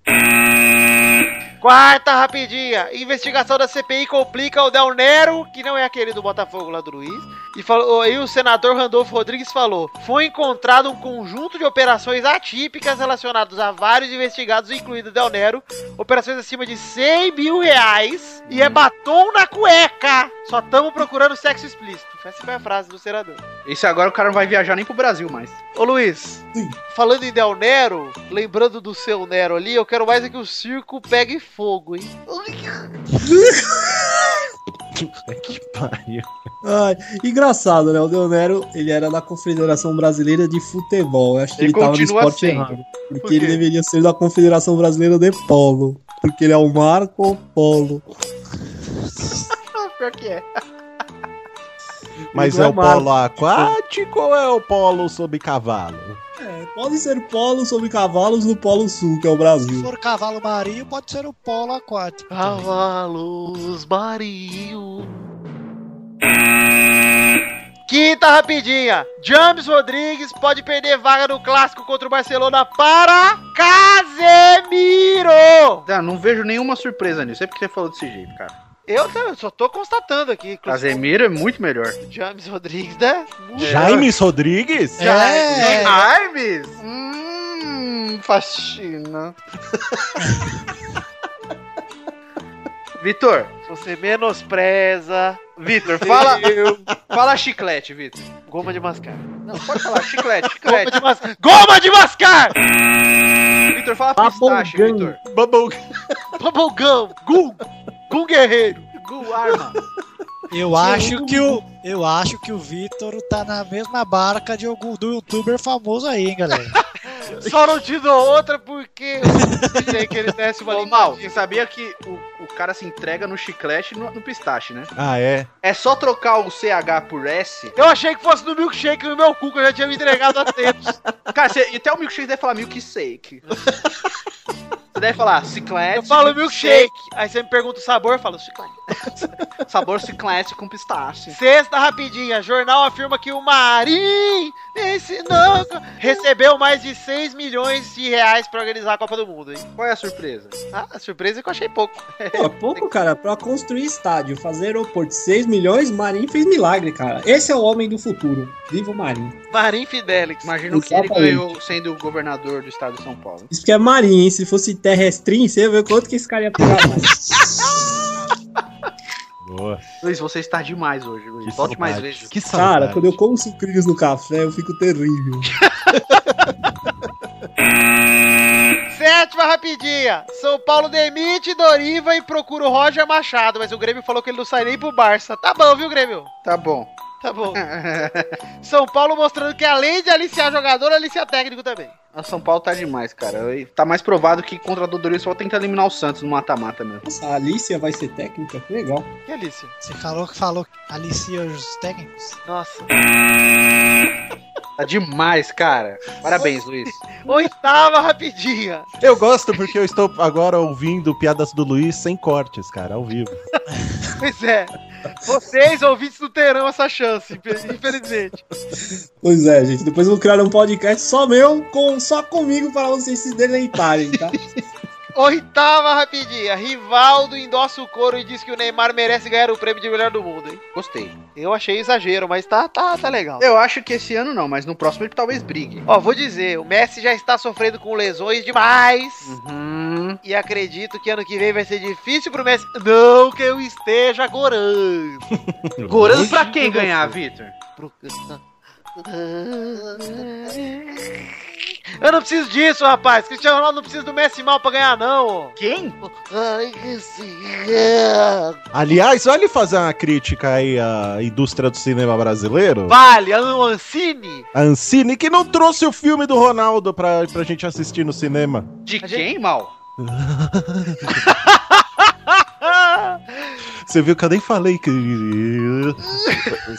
Speaker 1: Quarta rapidinha. Investigação da CPI complica o Del Nero, que não é aquele do Botafogo lá do Luiz. E falou, aí o senador Randolfo Rodrigues falou: foi encontrado um conjunto de operações atípicas relacionadas a vários investigados, incluindo o Del Nero. Operações acima de 100 mil reais. E é batom na cueca. Só estamos procurando sexo explícito. Essa foi a frase do senador.
Speaker 2: Esse agora o cara não vai viajar nem pro Brasil mais.
Speaker 1: Ô Luiz,
Speaker 5: Sim.
Speaker 1: falando em Del Nero, lembrando do seu Nero ali, eu quero mais é que o circo pegue fogo, hein? [LAUGHS]
Speaker 4: Que pariu.
Speaker 5: Ai, engraçado, né? O Deonero, ele era da Confederação Brasileira de Futebol. Eu acho que
Speaker 2: Ele
Speaker 5: ele, tava no
Speaker 2: continua
Speaker 5: esporte
Speaker 2: sendo.
Speaker 5: errado. Porque
Speaker 2: quê?
Speaker 5: ele deveria ser da Confederação Brasileira de Polo. Porque ele é o Marco Polo.
Speaker 2: Pior que é.
Speaker 4: Mas
Speaker 5: não
Speaker 4: é
Speaker 5: é
Speaker 4: o
Speaker 5: Marco.
Speaker 4: polo aquático ou é o polo sob cavalo?
Speaker 5: É, pode ser polo sobre cavalos no Polo Sul, que é o
Speaker 3: Se [LAUGHS]
Speaker 5: Brasil.
Speaker 3: for cavalo marinho, pode ser o polo aquático. também.
Speaker 1: Cavalos Mario. Quinta rapidinha. James Rodrigues pode perder vaga no clássico contra o Barcelona para Casemiro.
Speaker 2: Ah, não vejo nenhuma surpresa nisso. É porque você falou desse jeito, cara.
Speaker 1: Eu t- só tô constatando aqui. inclusive,
Speaker 2: Casemiro é muito melhor.
Speaker 1: o James Rodrigues, né?
Speaker 4: Jaimes Rodrigues?
Speaker 3: É,
Speaker 2: Armes? Hum,
Speaker 1: [LAUGHS]
Speaker 2: faxina. Vitor,
Speaker 1: Você menospreza.
Speaker 2: Vitor, fala, fala chiclete, Vitor.
Speaker 1: Goma de mascar.
Speaker 2: Não, pode
Speaker 1: [LAUGHS]
Speaker 2: falar chiclete,
Speaker 1: Goma
Speaker 2: chiclete.
Speaker 1: de mascar. Goma de mascar!
Speaker 2: Vitor, fala pistache, Vitor.
Speaker 4: Bubble
Speaker 1: Tá Bubblegum. Gum. Gum guerreiro. [LAUGHS]
Speaker 2: Gu, arma.
Speaker 3: Eu acho que o eu acho que o Vitor tá na mesma barca de algum do youtuber famoso aí, hein, [LAUGHS] galera.
Speaker 1: Só não te dou outra porque... [LAUGHS] Eu sei que ele desce uma
Speaker 2: Ô, Mal,
Speaker 1: linguadinha.
Speaker 2: você sabia que o, o cara se entrega no chiclete e no, no pistache, né?
Speaker 4: Ah, é?
Speaker 2: É só trocar o CH por S.
Speaker 1: Eu achei que fosse do milkshake no meu cu, que eu já tinha me entregado há tempos. [LAUGHS]
Speaker 2: Cara, você, até o milkshake deve falar milkshake. Você deve falar ciclete.
Speaker 1: Eu falo É milkshake. Aí você me pergunta o sabor, eu falo é chiclete.
Speaker 2: Sabor ciclete com pistache.
Speaker 1: Sexta rapidinha. Jornal afirma que o Marim esse não, recebeu mais de 6 milhões de reais pra organizar a Copa do Mundo. Hein?
Speaker 2: Qual é a surpresa?
Speaker 1: Ah, a surpresa é que eu achei pouco.
Speaker 5: Pô, é pouco, cara, pra construir estádio, fazer aeroporto 6 milhões, Marinho fez milagre, cara. Esse é o homem do futuro. Viva o Marinho.
Speaker 1: Marim Fidelix.
Speaker 2: Imagina o que ele
Speaker 5: Exatamente.
Speaker 2: ganhou sendo o governador do estado de São Paulo.
Speaker 5: Isso que é Marinho, hein? Se fosse terrestrinho, você ia ver quanto que esse cara ia pegar mais.
Speaker 4: Boa.
Speaker 2: Luiz, você está demais hoje, Luiz.
Speaker 4: Que
Speaker 2: Volte mais
Speaker 4: saudade.
Speaker 2: vezes.
Speaker 4: Que
Speaker 5: Cara,
Speaker 4: saudade.
Speaker 5: quando eu como sucrilhos no café, eu fico terrível.
Speaker 1: Sétima rapidinha. São Paulo demite Doriva e procura o Roger Machado, mas o Grêmio falou que ele não sai nem pro Barça. Tá bom, viu, Grêmio?
Speaker 2: Tá bom.
Speaker 1: Tá [LAUGHS] bom. São Paulo mostrando que além de aliciar jogador, alicia técnico também.
Speaker 2: A São Paulo tá demais, cara. E Tá mais provado que contra a Dodorice só tenta eliminar o Santos no mata-mata mesmo.
Speaker 5: Nossa, a Alicia vai ser técnica? Que legal.
Speaker 1: Que alícia.
Speaker 3: Você falou que falou que alicia os técnicos.
Speaker 1: Nossa.
Speaker 2: Tá demais, cara. Parabéns, Luiz.
Speaker 1: Oitava rapidinha.
Speaker 4: Eu gosto porque eu estou agora ouvindo piadas do Luiz sem cortes, cara, ao vivo.
Speaker 1: Pois é. Vocês, ouvintes, não terão essa chance, infel- infelizmente.
Speaker 5: Pois é, gente. Depois eu vou criar um podcast só meu, com, só comigo, para vocês se deleitarem, tá?
Speaker 1: Oitava rapidinha. Rivaldo endossa o couro e diz que o Neymar merece ganhar o prêmio de melhor do mundo, hein?
Speaker 2: Gostei.
Speaker 1: Eu achei exagero, mas tá, tá, tá legal.
Speaker 2: Eu acho que esse ano não, mas no próximo ele talvez brigue.
Speaker 1: Ó, vou dizer, o Messi já está sofrendo com lesões demais.
Speaker 2: Uhum.
Speaker 1: E acredito que ano que vem vai ser difícil pro Messi. Não que eu esteja gorando.
Speaker 2: Gorando pra quem ganhar, Vitor?
Speaker 1: Pro- Eu não preciso disso, rapaz. Cristiano Ronaldo não precisa do Messi mal pra ganhar, não.
Speaker 2: Quem?
Speaker 1: Ai, que cigarro.
Speaker 4: Aliás, olha ele fazer uma crítica aí à indústria do cinema brasileiro.
Speaker 1: Vale, a Ancine.
Speaker 4: A Ancine que não trouxe o filme do Ronaldo pra, pra gente assistir no cinema.
Speaker 2: De
Speaker 1: A gente-
Speaker 2: quem, Mal?
Speaker 1: Ah,
Speaker 4: Você viu que eu nem falei que.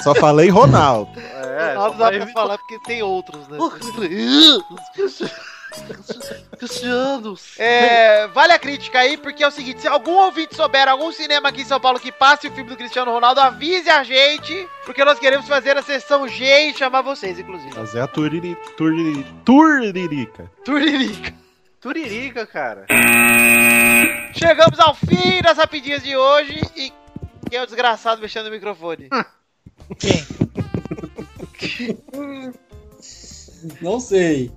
Speaker 4: Só falei Ronaldo.
Speaker 2: É,
Speaker 1: não dá pra falar porque tem outros, né?
Speaker 2: Cristianos.
Speaker 1: É, vale a crítica aí, porque é o seguinte: se algum ouvinte souber algum cinema aqui em São Paulo que passe o filme do Cristiano Ronaldo, avise a gente, porque nós queremos fazer a sessão G e chamar vocês, inclusive.
Speaker 4: Fazer é a turiri, turiri, turirica.
Speaker 1: Turirica.
Speaker 2: Turirica, cara.
Speaker 1: Chegamos ao fim das rapidinhas de hoje e quem é o desgraçado mexendo no microfone?
Speaker 3: Quem?
Speaker 5: Não sei.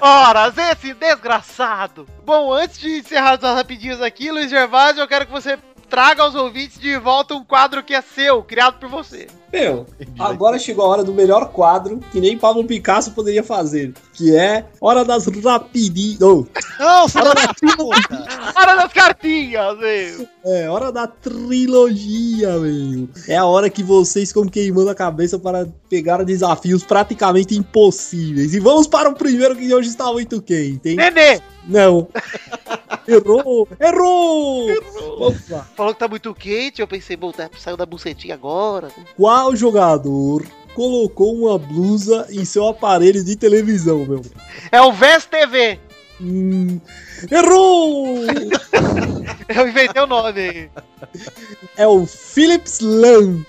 Speaker 1: Ora, esse desgraçado! Bom, antes de encerrar as rapidinhas aqui, Luiz Gervásio, eu quero que você traga aos ouvintes de volta um quadro que é seu, criado por você.
Speaker 5: Meu, agora chegou a hora do melhor quadro que nem Pablo Picasso poderia fazer, que é Hora das Rapidinhas. Oh,
Speaker 3: Não, filho da puta.
Speaker 1: Hora das cartinhas, meu!
Speaker 5: é, Hora da Trilogia, meu. É a hora que vocês ficam queimando a cabeça para pegar desafios praticamente impossíveis. E vamos para o primeiro que hoje está muito quente, hein?
Speaker 1: Nenê!
Speaker 5: Não. Errou! Errou! Vamos lá.
Speaker 1: Falou que tá muito quente, eu pensei, bom, tá- saiu da bucetinha agora.
Speaker 5: Qual jogador colocou uma blusa em seu aparelho de televisão, meu?
Speaker 1: É o Vest TV!
Speaker 5: Hum, errou!
Speaker 1: Eu inventei o nome aí.
Speaker 5: É o Philips Lam.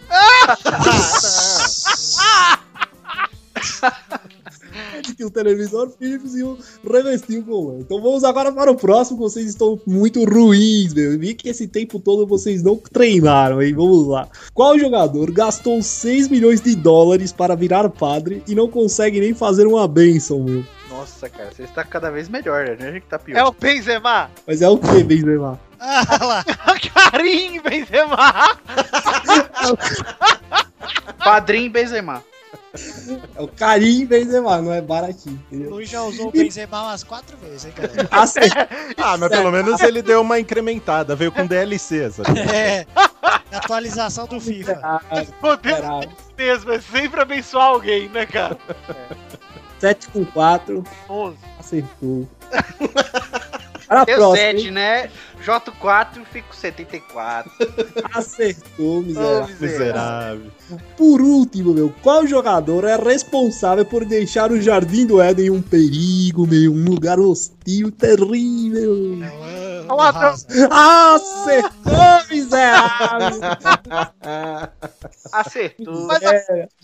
Speaker 5: Ele tem o um televisor Philips e o revestiu com lã. Então vamos agora para o próximo, que vocês estão muito ruins, meu. Eu Vi que esse tempo todo vocês não treinaram, hein? Vamos lá. Qual jogador gastou 6 milhões de dólares para virar padre e não consegue nem fazer uma benção, meu?
Speaker 2: Nossa, cara, você está cada vez melhor, né? A gente tá pior.
Speaker 1: É o Benzema!
Speaker 5: Mas é o que, Benzema?
Speaker 3: Ah lá.
Speaker 1: Carim Benzema!
Speaker 2: É Padrinho Benzema.
Speaker 5: É o Karim Benzema, não é Baratinho, entendeu?
Speaker 3: Luiz já usou o Benzema umas quatro vezes, hein, galera?
Speaker 5: Acertou.
Speaker 4: Ah, mas pelo menos ele deu uma incrementada, veio com DLC, essa.
Speaker 3: É. Atualização do FIFA.
Speaker 1: Meu Deus
Speaker 5: Era
Speaker 1: mesmo, é sempre abençoar alguém, né, cara?
Speaker 5: 7 com 4.
Speaker 1: 11.
Speaker 5: Acertou. Para
Speaker 4: [LAUGHS]
Speaker 5: a
Speaker 2: Eu
Speaker 5: próxima.
Speaker 2: 7, né? J4, fico 74. Ah,
Speaker 5: Acertou,
Speaker 4: É,
Speaker 5: miserável.
Speaker 4: Miserável.
Speaker 5: Por último, meu, qual jogador é responsável por deixar o Jardim do Éden um perigo, meu? Um lugar hostil, terrível.
Speaker 3: Não,
Speaker 1: Olá, Tom.
Speaker 5: Acertou, miserável.
Speaker 2: Acertou.
Speaker 1: Mas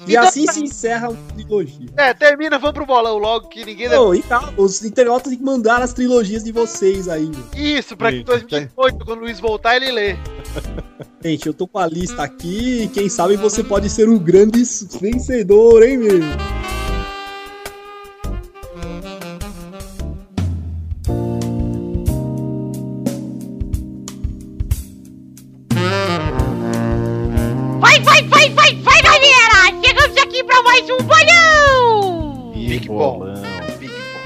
Speaker 5: E assim se encerra o trilogia.
Speaker 1: É, termina, vamos pro bolão logo que ninguém deve.
Speaker 5: Ô, e tá, os internautas têm que mandar as trilogias de vocês aí, meu.
Speaker 1: Isso, pra que em
Speaker 4: Sim.
Speaker 1: 2018, quando o Luiz voltar, ele lê.
Speaker 5: Gente, eu tô com a lista aqui e quem sabe você pode ser um grande vencedor, hein, meu?
Speaker 9: Vai, vai, vai, vai, vai, galera! Chegamos aqui pra mais um bolão!
Speaker 4: Big bolão.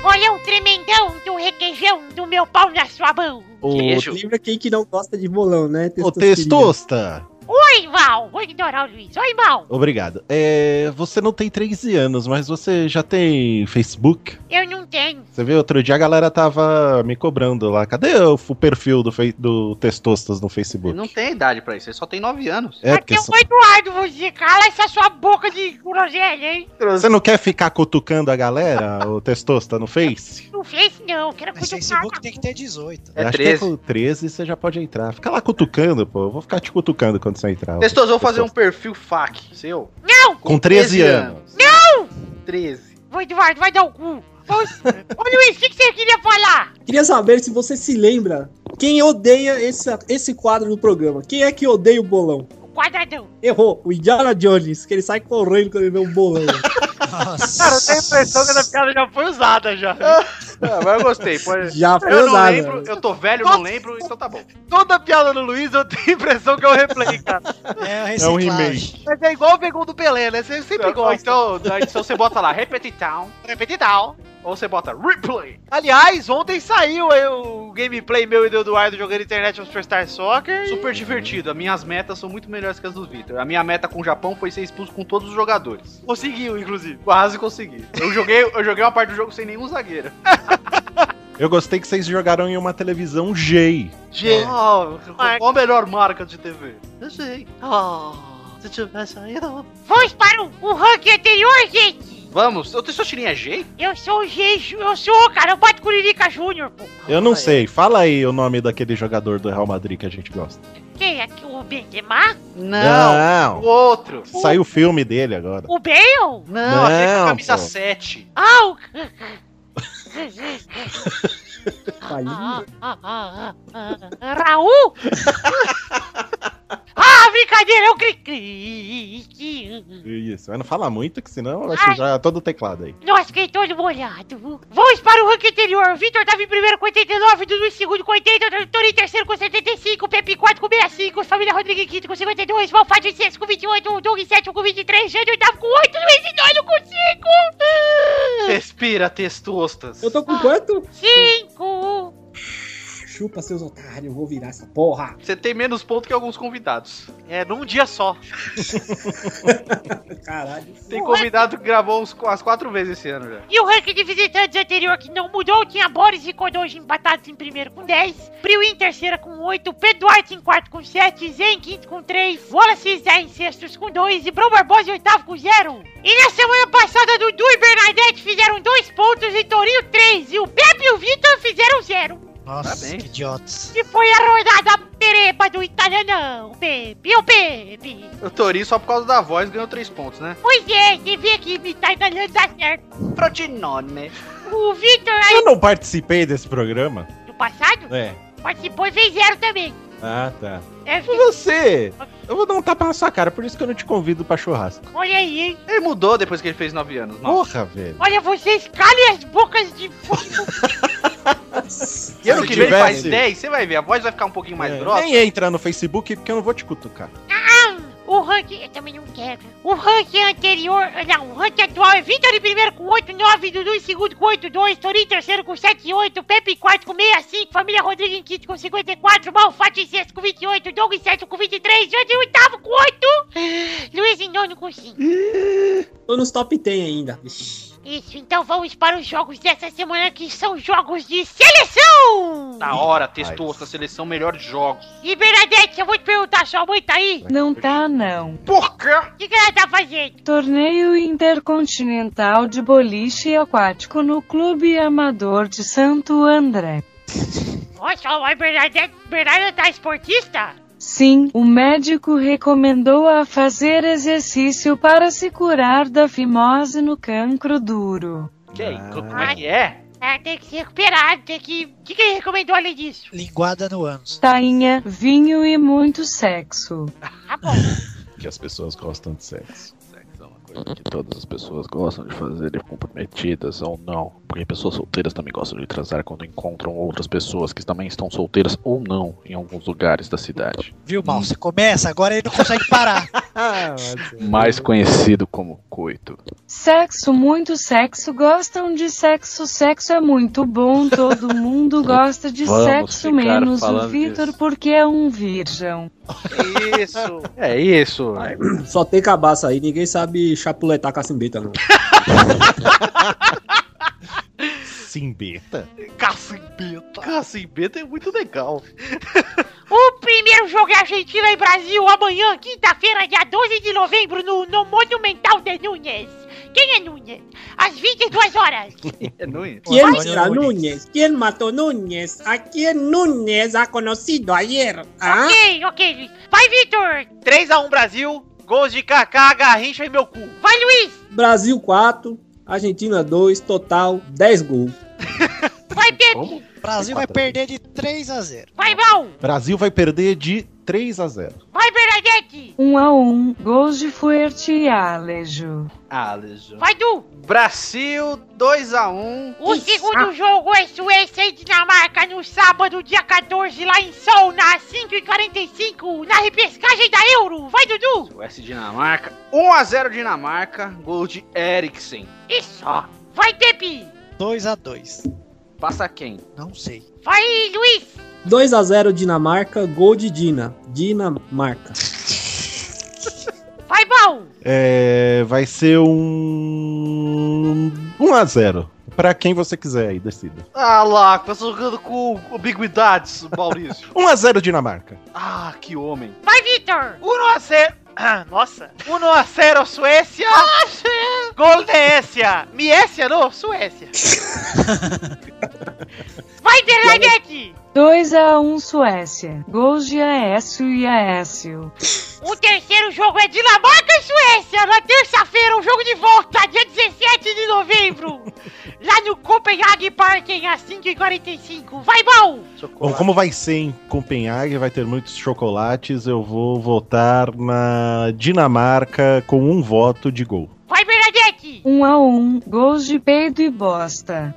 Speaker 9: Olha o tremendão do requeijão do meu pau na sua mão!
Speaker 4: O,
Speaker 5: Lembra quem que não gosta de bolão, né?
Speaker 4: o
Speaker 5: Testosterona.
Speaker 4: Testosta.
Speaker 9: Oi, Val! Vou ignorar o Luiz. Oi, Val!
Speaker 4: Obrigado. É, você não tem 13 anos, mas você já tem Facebook?
Speaker 9: Eu não tenho.
Speaker 4: Você viu, outro dia a galera tava me cobrando lá. Cadê o, f- o perfil do, fei- do Testostas no
Speaker 2: Ele
Speaker 4: Facebook?
Speaker 2: não tem idade pra isso, ele só tem 9 anos.
Speaker 4: É,
Speaker 9: Aqui
Speaker 4: porque
Speaker 9: é
Speaker 4: só-
Speaker 9: o Eduardo, você cala essa sua boca de groselha, hein?
Speaker 4: você não quer ficar cutucando
Speaker 9: [LAUGHS]
Speaker 4: a galera, o Testosta, no Face?
Speaker 9: Não fez não, quero
Speaker 3: Mas
Speaker 9: cutucar.
Speaker 3: Facebook tem que ter 18.
Speaker 2: É
Speaker 4: Acho que é
Speaker 2: 13.
Speaker 4: com 13 você já pode entrar. Fica lá cutucando, pô. Eu vou ficar te cutucando quando você entrar.
Speaker 2: Testoso, vou fazer um perfil FAQ seu.
Speaker 4: Com 13 anos.
Speaker 2: 13.
Speaker 9: Ô, Eduardo, vai dar o cu. Ô, ô, Luiz, o que que você queria falar?
Speaker 5: Queria saber se você se lembra quem odeia esse, esse quadro do programa. Quem é que odeia o bolão?
Speaker 9: O quadradão.
Speaker 5: Errou, o Indiana Jones, que ele sai correndo quando ele vê um bolão.
Speaker 3: Nossa.
Speaker 1: Cara, eu tenho a impressão que essa piada já foi usada já.
Speaker 2: Ah, mas eu gostei.
Speaker 4: [LAUGHS]
Speaker 2: pode-
Speaker 5: Já foi
Speaker 2: Eu não
Speaker 5: usado. né?
Speaker 2: lembro, eu tô velho, não lembro, então tá bom.
Speaker 1: Toda piada do Luiz, eu tenho a impressão que é um replay, cara.
Speaker 3: É,
Speaker 4: É um
Speaker 3: um
Speaker 4: remake.
Speaker 1: Mas é igual o Begum do Pelé, né? Você sempre
Speaker 2: Ou
Speaker 1: gosta.
Speaker 2: então, na edição você bota lá, repetição,
Speaker 1: Repetidão.
Speaker 2: ou você bota replay.
Speaker 1: Aliás, ontem saiu aí o gameplay meu e do Eduardo jogando Internet Superstar Soccer.
Speaker 2: Super divertido, as minhas metas são muito melhores que as do Vitor. A minha meta com o Japão foi ser expulso com todos os jogadores.
Speaker 1: Conseguiu, inclusive.
Speaker 2: Quase consegui. Eu joguei, eu joguei uma parte do jogo sem nenhum zagueiro.
Speaker 4: Eu gostei que vocês jogaram em uma televisão G.
Speaker 1: Gente.
Speaker 2: Oh,
Speaker 1: Marca.
Speaker 2: qual a melhor marca de TV?
Speaker 1: Eu sei. Oh, se tivesse ainda.
Speaker 9: Vamos para o, o ranking anterior, gente.
Speaker 2: Vamos, eu tenho sua tirinha é G?
Speaker 10: Eu sou o Geijo, eu sou, cara, eu bato Curirica Júnior, pô.
Speaker 4: Eu não sei, fala aí o nome daquele jogador do Real Madrid que a gente gosta.
Speaker 10: Quem é que o Benzema?
Speaker 2: Não, o outro.
Speaker 4: Saiu o filme dele agora.
Speaker 10: O Bale?
Speaker 2: Não, aquele com a
Speaker 4: Não,
Speaker 2: camisa
Speaker 4: pô.
Speaker 2: 7.
Speaker 10: Ah, o...
Speaker 5: Tá Palinha.
Speaker 10: Raul?
Speaker 2: [LAUGHS]
Speaker 10: ah, brincadeira, eu cri-cri.
Speaker 4: Isso, mas não fala muito, que senão vai sujar todo o teclado aí.
Speaker 10: Nossa, fiquei todo molhado. Vamos para o ranking anterior. O Vitor tava em primeiro com 89, Dudu em segundo com 80, Tony em terceiro com 75, Pepe em quarto com 65, Família Rodrigues em quinto com 52, Malfácio em sexto com 28, Doug em sétimo com 23, Jânio em oitavo com 8, Luiz em nono com 5.
Speaker 2: Respira, testostas.
Speaker 5: Eu tô com quanto?
Speaker 10: 5.
Speaker 5: Chupa seus otários, eu vou virar essa porra.
Speaker 2: Você tem menos ponto que alguns convidados.
Speaker 1: É, num dia só.
Speaker 5: Caralho.
Speaker 2: Tem convidado que gravou uns, qu- as quatro vezes esse ano já.
Speaker 10: E o ranking de visitantes anterior que não mudou, tinha Boris e Kodoji empatados em primeiro com 10, Priu em terceira com 8, Pedro Duarte em quarto com 7, Zé em quinto com 3, Wallace e Zé em sextos com 2 e Bruno Barbosa em oitavo com 0. E na semana passada, Dudu e Bernadette fizeram 2 pontos e Torinho 3, e o Pepe e o Vitor fizeram 0.
Speaker 3: Nossa,
Speaker 2: Tá bem.
Speaker 3: que idiotas.
Speaker 10: E foi a rodada pereba do italianão, Pepe, o Pepe.
Speaker 2: O Tori, só por causa da voz, ganhou três pontos, né?
Speaker 10: Pois é, devia que imitar italiano dá tá certo.
Speaker 2: Protinone.
Speaker 10: O Vitor aí
Speaker 4: Eu não participei desse programa.
Speaker 10: do passado
Speaker 4: É.
Speaker 10: participou e fez 0 também.
Speaker 4: Ah, tá.
Speaker 10: É,
Speaker 4: E você? Eu vou dar um tapa na sua cara, por isso que eu não te convido pra churrasco.
Speaker 10: Olha aí, hein?
Speaker 2: Ele mudou depois que ele fez nove anos. Nossa.
Speaker 4: Porra, velho.
Speaker 10: Olha, vocês calem as bocas de.
Speaker 2: E ano
Speaker 4: Se
Speaker 2: que vem ele
Speaker 4: tivesse-
Speaker 2: faz 10, você vai ver, a voz vai ficar um pouquinho mais
Speaker 4: É,
Speaker 2: grossa.
Speaker 4: Nem entra no Facebook porque eu não vou te cutucar.
Speaker 10: O ranking. Eu também não quero. O ranking anterior. Não, o ranking atual é Vitor em primeiro com 8, 9, Dudu em segundo com 8, 2, Torinho em terceiro com 7, 8, Pepe em quarto com 65, Família Rodrigues em quinto com 54, Malfate em sexto com 28, Doug em sétimo com 23, Jorge em oitavo com 8, Luiz em nono com 5.
Speaker 5: Tô nos top 10 ainda. Ixi.
Speaker 10: Isso, então vamos para os jogos dessa semana que são jogos de seleção!
Speaker 2: Na hora, testosta, seleção, melhores jogos.
Speaker 10: E Bernadette, eu vou te perguntar, sua mãe tá aí?
Speaker 8: Não tá, não.
Speaker 2: Por quê?
Speaker 10: O que, que ela tá fazendo?
Speaker 8: Torneio Intercontinental de Boliche Aquático no Clube Amador de Santo André.
Speaker 10: Nossa, a mãe Bernadette, Bernadette tá esportista?
Speaker 8: Sim, o médico recomendou a fazer exercício para se curar da fimose no cancro duro.
Speaker 2: Que aí?
Speaker 4: Ah.
Speaker 2: Como é que é?
Speaker 10: É, tem que se recuperar, tem que. O que, que ele recomendou além disso?
Speaker 3: Linguada no ânus.
Speaker 8: Tainha, vinho e muito sexo.
Speaker 10: Tá bom.
Speaker 4: Que as pessoas gostam de sexo.
Speaker 2: Sexo é uma coisa.
Speaker 11: que todas as pessoas gostam de fazer comprometidas ou não. Porque pessoas solteiras também gostam de transar quando encontram outras pessoas que também estão solteiras ou não em alguns lugares da cidade.
Speaker 3: Viu, mal? Você começa, agora ele não consegue parar.
Speaker 11: Mais conhecido como coito.
Speaker 8: Sexo, muito sexo, gostam de sexo, sexo é
Speaker 11: [LAUGHS]
Speaker 8: muito bom, todo mundo gosta de
Speaker 11: Vamos
Speaker 8: sexo,
Speaker 11: ficar
Speaker 8: menos o
Speaker 11: falando
Speaker 8: Vitor,
Speaker 11: disso.
Speaker 8: porque é um virgem.
Speaker 1: Que
Speaker 2: [LAUGHS]
Speaker 1: Isso.
Speaker 2: É isso.
Speaker 5: Só tem cabaça aí, ninguém sabe chapuletar cacimbita, não.
Speaker 4: Simbeta?
Speaker 2: Cacimbeta. Cacimbeta é muito legal.
Speaker 10: o primeiro jogo é Argentina e Brasil amanhã, quinta-feira, dia 12 de novembro, no, no Monumental de Nunes. Quem é Nunes? Às 22 horas.
Speaker 2: É, não é?
Speaker 3: Quem
Speaker 5: Quem
Speaker 3: Antônio
Speaker 5: será
Speaker 3: Nunes.
Speaker 5: Nunes? Quem matou Nunes? A quem Nunes ha conocido ayer? Ah?
Speaker 10: Ok, ok, Luiz. Vai, Vitor.
Speaker 1: 3x1 Brasil, gols de Kaká, Garrincha e meu cu.
Speaker 10: Vai, Luiz.
Speaker 5: Brasil 4, Argentina 2, total 10 gols.
Speaker 10: Vai,
Speaker 4: Como?
Speaker 10: Pepe.
Speaker 3: Brasil vai perder de 3 a 0.
Speaker 10: Vai, Mal.
Speaker 4: Brasil vai perder de 3 a 0.
Speaker 10: Vai, Bernadette.
Speaker 8: 1 a 1 gols de Fuerte e Alejo.
Speaker 11: Ah,
Speaker 2: Alisson.
Speaker 10: Vai, Du.
Speaker 2: Brasil 2x1.
Speaker 10: O segundo jogo é Suécia e Dinamarca no sábado, dia 14, lá em Solna, 5h45, na repescagem da Euro. Vai, Dudu!
Speaker 2: O S Dinamarca. 1x0 Dinamarca. Gol de Eriksen.
Speaker 10: Isso! Vai, Pepe!
Speaker 3: 2 a 2.
Speaker 2: Passa quem?
Speaker 3: Não sei.
Speaker 10: Vai, Luiz!
Speaker 5: 2 a 0 Dinamarca, gol de Dina. Dinamarca.
Speaker 10: Vai, Bal!
Speaker 4: É, vai ser um 1 a 0. Pra quem você quiser aí, decida.
Speaker 2: Ah lá, tá jogando com ambiguidades, Maurício.
Speaker 4: 1 a 0 Dinamarca.
Speaker 2: [LAUGHS] ah, que homem.
Speaker 10: Vai, Vitor!
Speaker 1: [CLEARS THROAT] 1x0. Ah, nossa. 1x0 Suécia. Goldécia! Miécia, não? Suécia.
Speaker 10: Vai, Bernadette!
Speaker 8: 2x1 Suécia. Gols de Aécio e é Aécio.
Speaker 10: O terceiro jogo é Dinamarca e Suécia. Na terça-feira, o jogo de volta, dia 17
Speaker 1: [LAUGHS]
Speaker 10: de novembro. Lá no Copenhague Parking, às 5h45. Vai, Bal!
Speaker 4: Bom, como vai ser em Copenhague, vai ter muitos chocolates, eu vou votar na Dinamarca com um voto de gol.
Speaker 10: Vai, Bernadette!
Speaker 8: 1x1. Gols de peido e bosta.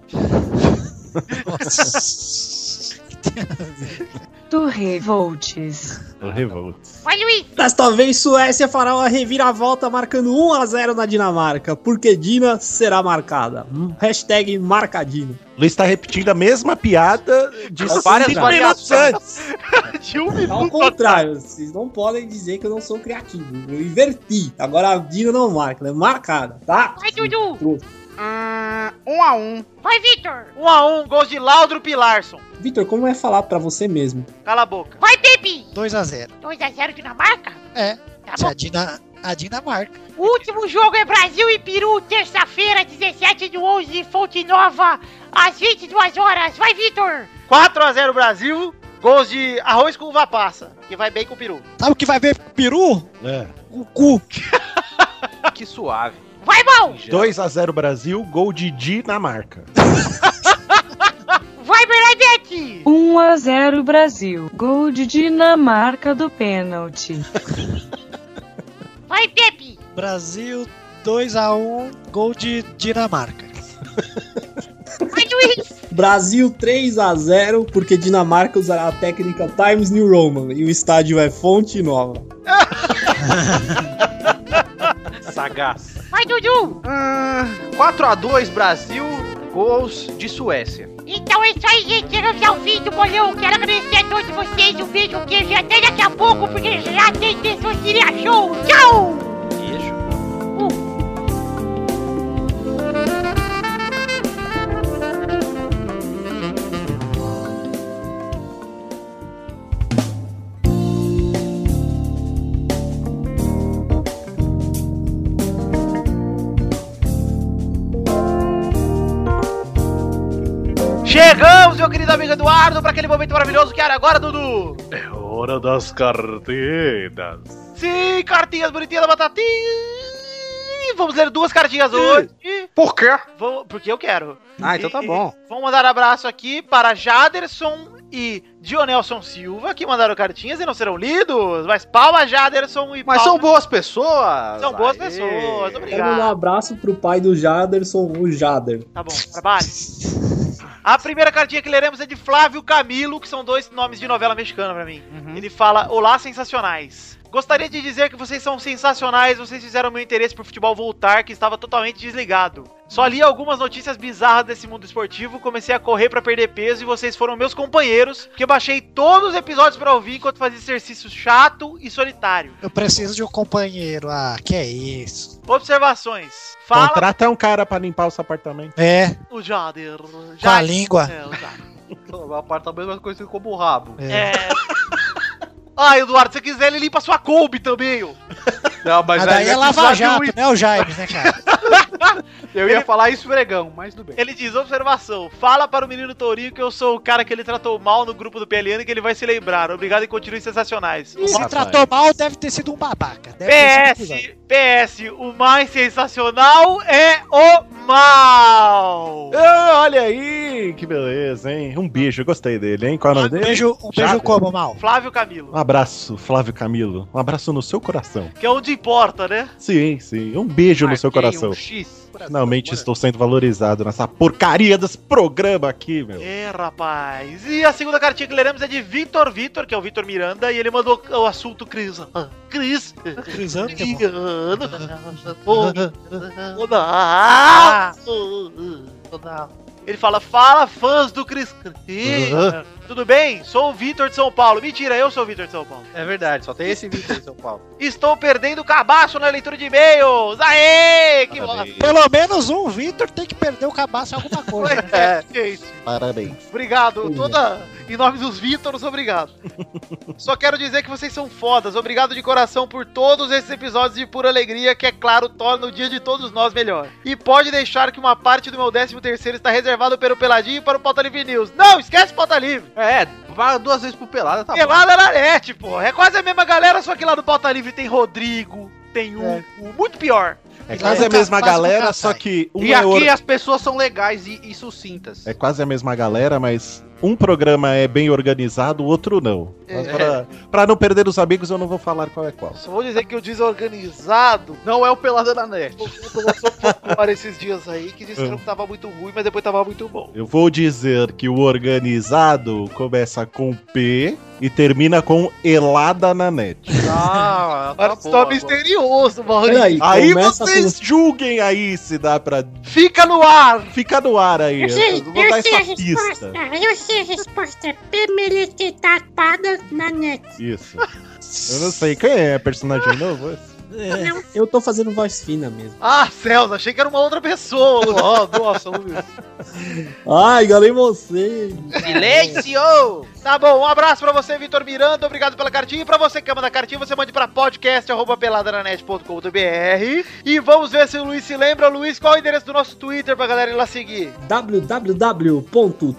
Speaker 8: Tu revoltes.
Speaker 4: Eu revolto.
Speaker 10: Vai, Luiz!
Speaker 5: Desta vez, Suécia fará uma reviravolta marcando 1 a 0 na Dinamarca, porque Dina será marcada. Hum. Hashtag marcadina.
Speaker 4: Luiz tá repetindo a mesma piada de
Speaker 1: Várias
Speaker 4: cinco minutos
Speaker 1: variações.
Speaker 4: antes.
Speaker 1: De um
Speaker 5: Ao
Speaker 1: minuto.
Speaker 5: contrário, vocês não podem dizer que eu não sou criativo. Eu inverti. Agora a Dina não marca, ela é marcada, tá?
Speaker 10: Vai, Dudu!
Speaker 2: Ah, um a um.
Speaker 10: Vai, Vitor!
Speaker 1: 1 a 1 gols de Laudro Pilarson.
Speaker 5: Vitor, como é falar pra você mesmo?
Speaker 1: Cala a boca.
Speaker 10: Vai, Pepe!
Speaker 3: 2x0.
Speaker 10: 2x0 Dinamarca?
Speaker 3: É.
Speaker 10: Tá
Speaker 3: Se
Speaker 10: bom.
Speaker 3: a, Dina, a Dinamarca.
Speaker 10: Último jogo é Brasil e Peru, terça-feira, 17 de 11, Fonte Nova, às 22 horas. Vai, Vitor!
Speaker 1: 4 a 0 Brasil. Gols de arroz com uva passa, que vai bem com o peru.
Speaker 3: Sabe o que vai ver pro peru?
Speaker 4: É.
Speaker 3: O cu.
Speaker 2: Que suave.
Speaker 10: Vai, Bal!
Speaker 4: 2x0 Brasil, gol de Dinamarca.
Speaker 10: Vai, Bernadette!
Speaker 8: 1x0 Brasil. Gol de Dinamarca do pênalti.
Speaker 10: Vai, Pepe!
Speaker 3: Brasil 2x1. Gol de Dinamarca.
Speaker 10: Vai, Luiz!
Speaker 5: Brasil 3 a 0 porque Dinamarca usará a técnica Times New Roman e o estádio é Fonte Nova.
Speaker 2: Sagaz.
Speaker 10: Vai, Dudu!
Speaker 2: Ah, 4 a 2 Brasil, gols de Suécia.
Speaker 10: Então é isso aí, gente. Chegamos ao fim do bolão. Quero agradecer a todos vocês. Um beijo, um queijo e até daqui a pouco, porque já tem Tessotiria Show. Tchau!
Speaker 2: Beijo.
Speaker 1: Chegamos, meu querido amigo Eduardo, para aquele momento maravilhoso que era agora, Dudu.
Speaker 11: É hora das carteiras.
Speaker 1: Sim, cartinhas bonitinhas da batatinha. Vamos ler duas cartinhas hoje.
Speaker 2: Por quê?
Speaker 1: Vamos- porque eu quero.
Speaker 2: Ah, então [LAUGHS] tá bom.
Speaker 1: Vamos mandar abraço aqui para Jaderson e Dionelson Silva, que mandaram cartinhas e não serão lidos. Mas palma, Jaderson e
Speaker 2: Mas
Speaker 1: palma.
Speaker 2: são boas pessoas.
Speaker 1: São boas
Speaker 2: Aê.
Speaker 1: pessoas,
Speaker 5: Quero mandar um
Speaker 1: obrigado.
Speaker 5: abraço pro pai do Jaderson, o Jader.
Speaker 1: Tá bom, trabalho. A primeira cartinha que leremos é de Flávio Camilo, que são dois nomes de novela mexicana pra mim.
Speaker 2: Uhum.
Speaker 1: Ele fala: Olá, sensacionais. Gostaria de dizer que vocês são sensacionais, vocês fizeram meu interesse pro futebol voltar, que estava totalmente desligado. Só li algumas notícias bizarras desse mundo esportivo, comecei a correr pra perder peso e vocês foram meus companheiros, que eu baixei todos os episódios pra ouvir enquanto fazia exercício chato e solitário.
Speaker 3: Eu preciso de um companheiro. Ah, que é isso.
Speaker 1: Observações. Fala
Speaker 4: Contrata um cara pra limpar os apartamentos.
Speaker 3: É,
Speaker 1: o Jader.
Speaker 3: com a língua.
Speaker 1: É, o Jader.
Speaker 2: O apartamento é mais conhecido como o rabo.
Speaker 1: É. Ah, Eduardo, se você quiser, ele limpa a sua Kombi também, ó.
Speaker 2: Não,
Speaker 3: Mas
Speaker 2: mas aí
Speaker 3: daí é
Speaker 2: vai
Speaker 3: Lava
Speaker 2: precisar de
Speaker 3: Jato,
Speaker 2: um-
Speaker 3: né, o Jaime, né, cara?
Speaker 2: Eu ia falar isso, Bregão, mas tudo bem.
Speaker 1: Ele diz, observação, fala para o menino Tourinho que eu sou o cara que ele tratou mal no grupo do PLN que ele vai se lembrar. Obrigado e continuem sensacionais.
Speaker 3: Se
Speaker 11: Rapaz.
Speaker 3: tratou mal, deve ter sido um babaca. Deve ter sido um cuzão.
Speaker 1: PS, PS, o mais sensacional é o mal.
Speaker 4: Ah, olha aí, que beleza, hein? Um beijo, eu gostei dele, hein? Qual é o nome
Speaker 3: Um
Speaker 4: dele?
Speaker 3: beijo, um beijo
Speaker 4: Jader.
Speaker 3: como, mal?
Speaker 1: Flávio Camilo,
Speaker 4: Um abraço, Flávio Camilo. Um abraço no seu coração.
Speaker 1: que é onde importa, né?
Speaker 4: Sim, sim. Um beijo no seu
Speaker 2: Marquei
Speaker 4: coração.
Speaker 2: Um X.
Speaker 4: Finalmente estou sendo valorizado nessa porcaria desse programa aqui, meu.
Speaker 1: É, rapaz. E a segunda cartinha que leremos é de Vitor Vitor, que é o Vitor Miranda, e ele mandou o assunto Cris. Ah, Cris.
Speaker 3: Crisântemo.
Speaker 2: Uhum.
Speaker 1: Ele fala, fala fãs do Cris. Cris. Tudo bem? Sou o Vitor de São Paulo. Mentira, eu sou o Vitor de São Paulo.
Speaker 2: É verdade, só tem esse vídeo em São Paulo.
Speaker 1: [LAUGHS] Estou perdendo o cabaço na leitura de e-mails. Aê! Que bosta.
Speaker 3: Pelo menos um Vitor tem que perder o cabaço em
Speaker 5: [LAUGHS]
Speaker 3: alguma coisa. né?
Speaker 1: [LAUGHS] É, é isso.
Speaker 11: Parabéns.
Speaker 1: Obrigado, toda. Em nome dos Vítoros,
Speaker 2: [LAUGHS]
Speaker 1: obrigado. Só quero dizer que vocês são fodas. Obrigado de coração por todos esses episódios de pura alegria, que é claro, torna o dia de todos nós melhor. E pode deixar que uma parte do meu 13 terceiro está reservado pelo Peladinho e para o Pauta Livre News. Não, esquece o Pauta Livre.
Speaker 2: É, vai duas vezes pro Pelada, tá bom.
Speaker 1: Pelada na net, pô. É quase a mesma galera, só que lá no Pauta Livre tem Rodrigo, tem
Speaker 2: É.
Speaker 1: um, muito pior.
Speaker 4: É
Speaker 3: E
Speaker 4: quase
Speaker 3: lá
Speaker 4: a
Speaker 3: no
Speaker 4: mesma
Speaker 3: Capaz nunca
Speaker 4: galera, só
Speaker 3: sai.
Speaker 4: que um
Speaker 2: E
Speaker 4: é outro.
Speaker 2: aqui as pessoas são legais e, e sucintas.
Speaker 4: É quase a mesma galera, mas um programa é bem organizado, o outro não. Mas
Speaker 1: É.
Speaker 4: pra, pra não perder os amigos, eu não vou falar qual é qual.
Speaker 1: Só vou dizer que o desorganizado
Speaker 2: Não é o Pelada na net.
Speaker 1: um para esses dias aí, que disse que não tava muito ruim, mas depois tava muito bom.
Speaker 4: Eu vou dizer que o organizado começa com P e termina com Elada na net.
Speaker 2: Ah,
Speaker 1: Agora você tá misterioso, Maurício.
Speaker 5: Peraí,
Speaker 4: aí
Speaker 5: começa
Speaker 4: vocês julguem aí se dá pra.
Speaker 1: Fica no ar!
Speaker 4: Fica no ar aí.
Speaker 9: Eu sei,
Speaker 4: Eu vou
Speaker 9: eu
Speaker 4: dar
Speaker 9: sei a
Speaker 4: essa
Speaker 9: resposta.
Speaker 4: pista.
Speaker 9: Eu sei a resposta. Pemelete tapada na net.
Speaker 4: Isso. Eu não sei quem é, personagem novo?
Speaker 3: É.
Speaker 5: Eu tô fazendo voz fina mesmo.
Speaker 1: Ah, Celso, achei que era uma outra pessoa.
Speaker 2: [LAUGHS]
Speaker 1: Ó, Nossa, Luiz.
Speaker 5: Ai, galei você.
Speaker 2: Silêncio!
Speaker 1: Tá bom, um abraço pra você, Vitor Miranda. Obrigado pela cartinha. E pra você que ama da cartinha, você mande pra podcast.peladananet.com.br. E vamos ver se o Luiz se lembra. Luiz, qual é o endereço do nosso Twitter pra galera ir lá seguir?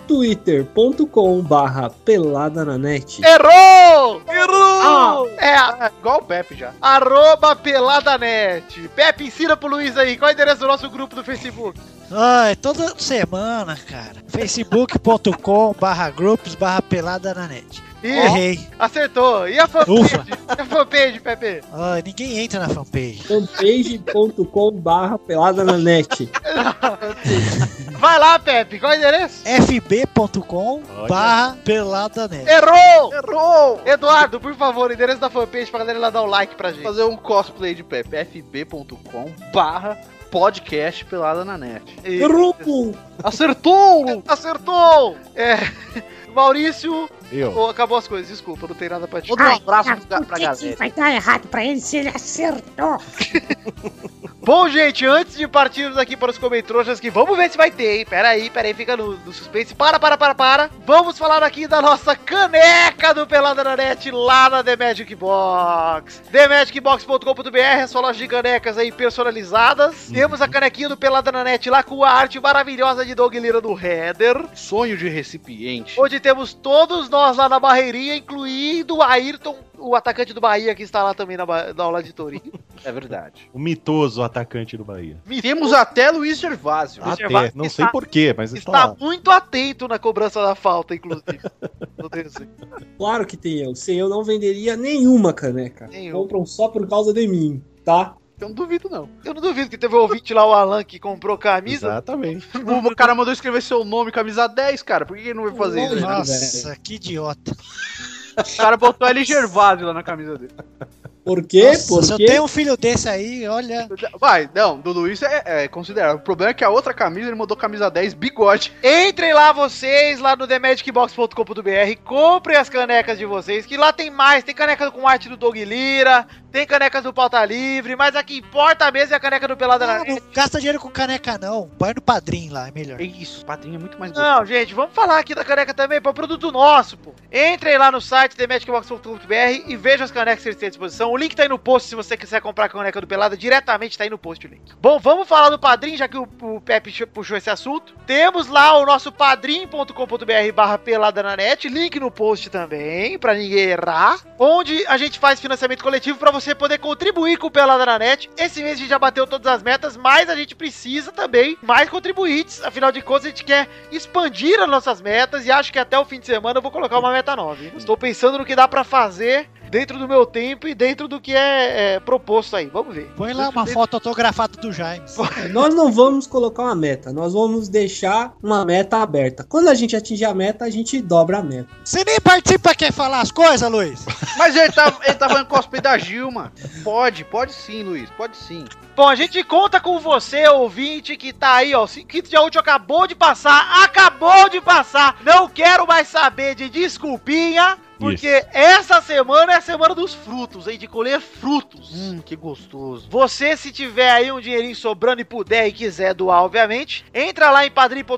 Speaker 5: www.twitter.com barra pelada na net.
Speaker 1: Errou! Errou! é,
Speaker 2: Igual o Pepe já.
Speaker 1: arroba peladanet. Pepe, ensina pro Luiz aí. Qual é o endereço do nosso grupo do Facebook?
Speaker 3: Ai, toda semana, cara. facebook.com barra grupos barra pelada na net.
Speaker 1: Ih,
Speaker 3: Errei.
Speaker 1: acertou. E a
Speaker 3: Ufa.
Speaker 1: fanpage? E a fanpage, Pepe? [LAUGHS]
Speaker 3: Ai, ninguém entra na fanpage.
Speaker 5: fanpage.com barra pelada na net.
Speaker 1: Vai lá, Pepe. Qual é o endereço?
Speaker 3: fb.com barra pelada net.
Speaker 1: Errou!
Speaker 2: Errou!
Speaker 1: Eduardo, por favor, endereço da fanpage pra galera lá dar o like pra gente.
Speaker 2: Fazer um cosplay de Pepe. fb.com barra podcast pelada na net.
Speaker 5: Grupo!
Speaker 2: Acertou!
Speaker 1: Acertou! É. [LAUGHS] Maurício,
Speaker 4: Eu.
Speaker 1: oh, acabou as coisas, desculpa, não tem nada pra te
Speaker 2: Vou dar um abraço
Speaker 9: Ah,
Speaker 2: pra, pra
Speaker 9: o que que
Speaker 2: galera.
Speaker 9: vai dar errado pra ele se ele acertou?
Speaker 1: Bom, gente, antes de partirmos aqui para os comentroxas, que vamos ver se vai ter, hein? Pera aí, pera aí, fica no, no suspense. Para, para, para, para. Vamos falar aqui da nossa caneca do Pelada na Net lá na The Magic Box. TheMagicBox.com.br, é sua loja de canecas aí personalizadas. Temos a canequinha do Pelada na Net lá com a arte maravilhosa de Doug Lira do Header.
Speaker 2: Sonho de recipiente.
Speaker 1: Onde temos todos nós lá na barreirinha, incluindo o Ayrton, o atacante do Bahia, que está lá também na, ba- na aula de Torinho.
Speaker 2: É verdade.
Speaker 4: O mitoso atacante do Bahia.
Speaker 2: Temos até Luiz Gervásio.
Speaker 4: Até, não sei porquê, mas está,
Speaker 1: Está
Speaker 4: lá.
Speaker 1: muito atento na cobrança da falta, inclusive. Meu Deus, do céu.
Speaker 5: Claro que tem eu. Sem eu não venderia nenhuma caneca.
Speaker 1: Nenhuma.
Speaker 5: Compram só por causa de mim, tá?
Speaker 2: Eu não duvido, não.
Speaker 1: eu não duvido que teve um ouvinte lá, o Alan, que comprou camisa.
Speaker 4: Exatamente.
Speaker 2: O cara mandou escrever seu nome, camisa 10, cara. Por que ele não vai fazer isso? né?
Speaker 3: Nossa, que idiota.
Speaker 2: O cara botou L Gervásio lá na camisa dele.
Speaker 5: Por quê?
Speaker 3: Nossa,
Speaker 5: por
Speaker 3: se eu
Speaker 5: quê?
Speaker 3: tenho um filho desse aí, olha.
Speaker 2: Vai, não, do Luiz é, é considerável. O problema é que a outra camisa ele mandou camisa 10 bigode.
Speaker 1: Entrem lá vocês, lá no TheMagicBox.com.br, comprem as canecas de vocês, que lá tem mais. Tem caneca com arte do Doug Lira, tem canecas do Pauta Livre, mas a que importa mesmo é a caneca do Pelada na
Speaker 3: Ah, Não, não gasta dinheiro com caneca, não. Vai no padrinho lá, é melhor.
Speaker 2: Isso, padrinho é muito mais
Speaker 1: Não, gente, vamos falar aqui da caneca também, pô, é produto nosso, pô. Entrem lá no site thematicbox.com.br e vejam as canecas que eles têm à disposição. O link tá aí no post se você quiser comprar a caneca do Pelada, diretamente tá aí no post o link. Bom, vamos falar do Padrim, já que o, o Pepe ch- puxou esse assunto. Temos lá o nosso padrim.com.br barra pelada na net, link no post também, pra ninguém errar. Onde a gente faz financiamento coletivo pra você poder contribuir com o Pelada na Net. Esse mês a gente já bateu todas as metas, mas a gente precisa também mais contribuintes. Afinal de contas, a gente quer expandir as nossas metas e acho que até o fim de semana eu vou colocar uma meta nova. hein? Estou pensando no que dá pra fazer dentro do meu tempo e dentro do que é, é proposto aí. Vamos ver.
Speaker 3: Põe lá uma foto autografada do James.
Speaker 5: Nós não vamos colocar uma meta, nós vamos deixar uma meta aberta. Quando a gente atingir a meta, a gente dobra a meta.
Speaker 3: Você nem participa quer falar as coisas, Luiz? [LAUGHS]
Speaker 2: Mas ele tá, ele tá falando cosplay da Gilma. Pode, pode sim, Luiz, pode sim.
Speaker 1: Bom, a gente conta com você, ouvinte, que tá aí, ó. O quinto dia útil acabou de passar, acabou de passar. Não quero mais saber de desculpinha. Porque essa semana é a semana dos frutos, hein? De colher frutos.
Speaker 2: Hum, que gostoso.
Speaker 1: Você, se tiver aí um dinheirinho sobrando e puder e quiser doar, obviamente, entra lá em padrim.br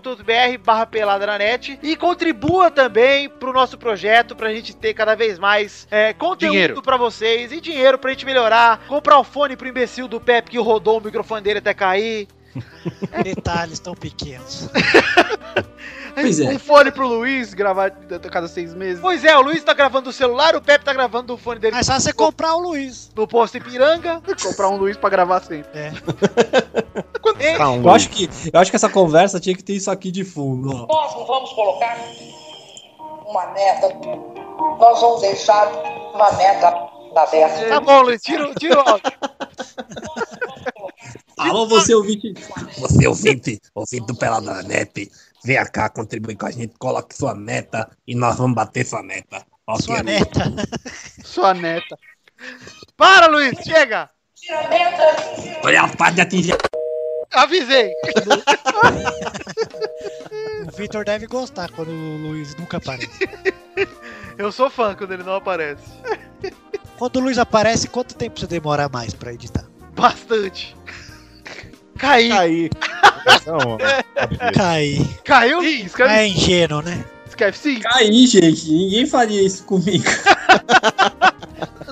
Speaker 1: barra pelada na net e contribua também pro nosso projeto pra gente ter cada vez mais é, conteúdo
Speaker 2: Dinheiro.
Speaker 1: pra vocês e dinheiro pra gente melhorar, comprar o fone pro imbecil do Pepe que rodou o microfone dele até cair.
Speaker 3: Detalhes tão pequenos.
Speaker 5: Pois é.
Speaker 2: Um fone pro Luiz gravar a cada seis meses.
Speaker 1: Pois é, o Luiz tá gravando do celular, o Pepe tá gravando do fone dele
Speaker 3: Mas só É você comprar o Luiz.
Speaker 1: no posto Ipiranga.
Speaker 2: Comprar um Luiz pra gravar sempre.
Speaker 1: É. [LAUGHS] Ei,
Speaker 5: Eu acho, que, eu acho que essa conversa tinha que ter isso aqui de fundo. ó.
Speaker 12: Nós não vamos colocar uma meta, nós vamos deixar uma meta aberta.
Speaker 1: Tá bom, Luiz, tira, o- tira o áudio.
Speaker 5: Alô, você ouvinte.
Speaker 13: Você, ouvinte, ouvinte do Pelada na Net, venha cá contribuir com a gente, coloque sua meta e nós vamos bater sua meta. Ok,
Speaker 3: Sua
Speaker 13: amigo?
Speaker 3: neta.
Speaker 2: Sua neta.
Speaker 1: Para, Luiz, chega!
Speaker 12: Tira a meta,
Speaker 13: Olha a parte de atingir.
Speaker 1: Avisei!
Speaker 3: O Vitor deve gostar quando o Luiz nunca aparece.
Speaker 1: Eu sou fã quando ele não aparece.
Speaker 3: Quando o Luiz aparece, quanto tempo você demora mais pra editar?
Speaker 1: Bastante. Caí,
Speaker 4: Aí. Não, ó.
Speaker 3: Cai.
Speaker 1: caiu?
Speaker 2: Ih, escreve,
Speaker 3: É ingênuo, né?
Speaker 2: escreve sim.
Speaker 5: Aí, gente, ninguém faria isso comigo.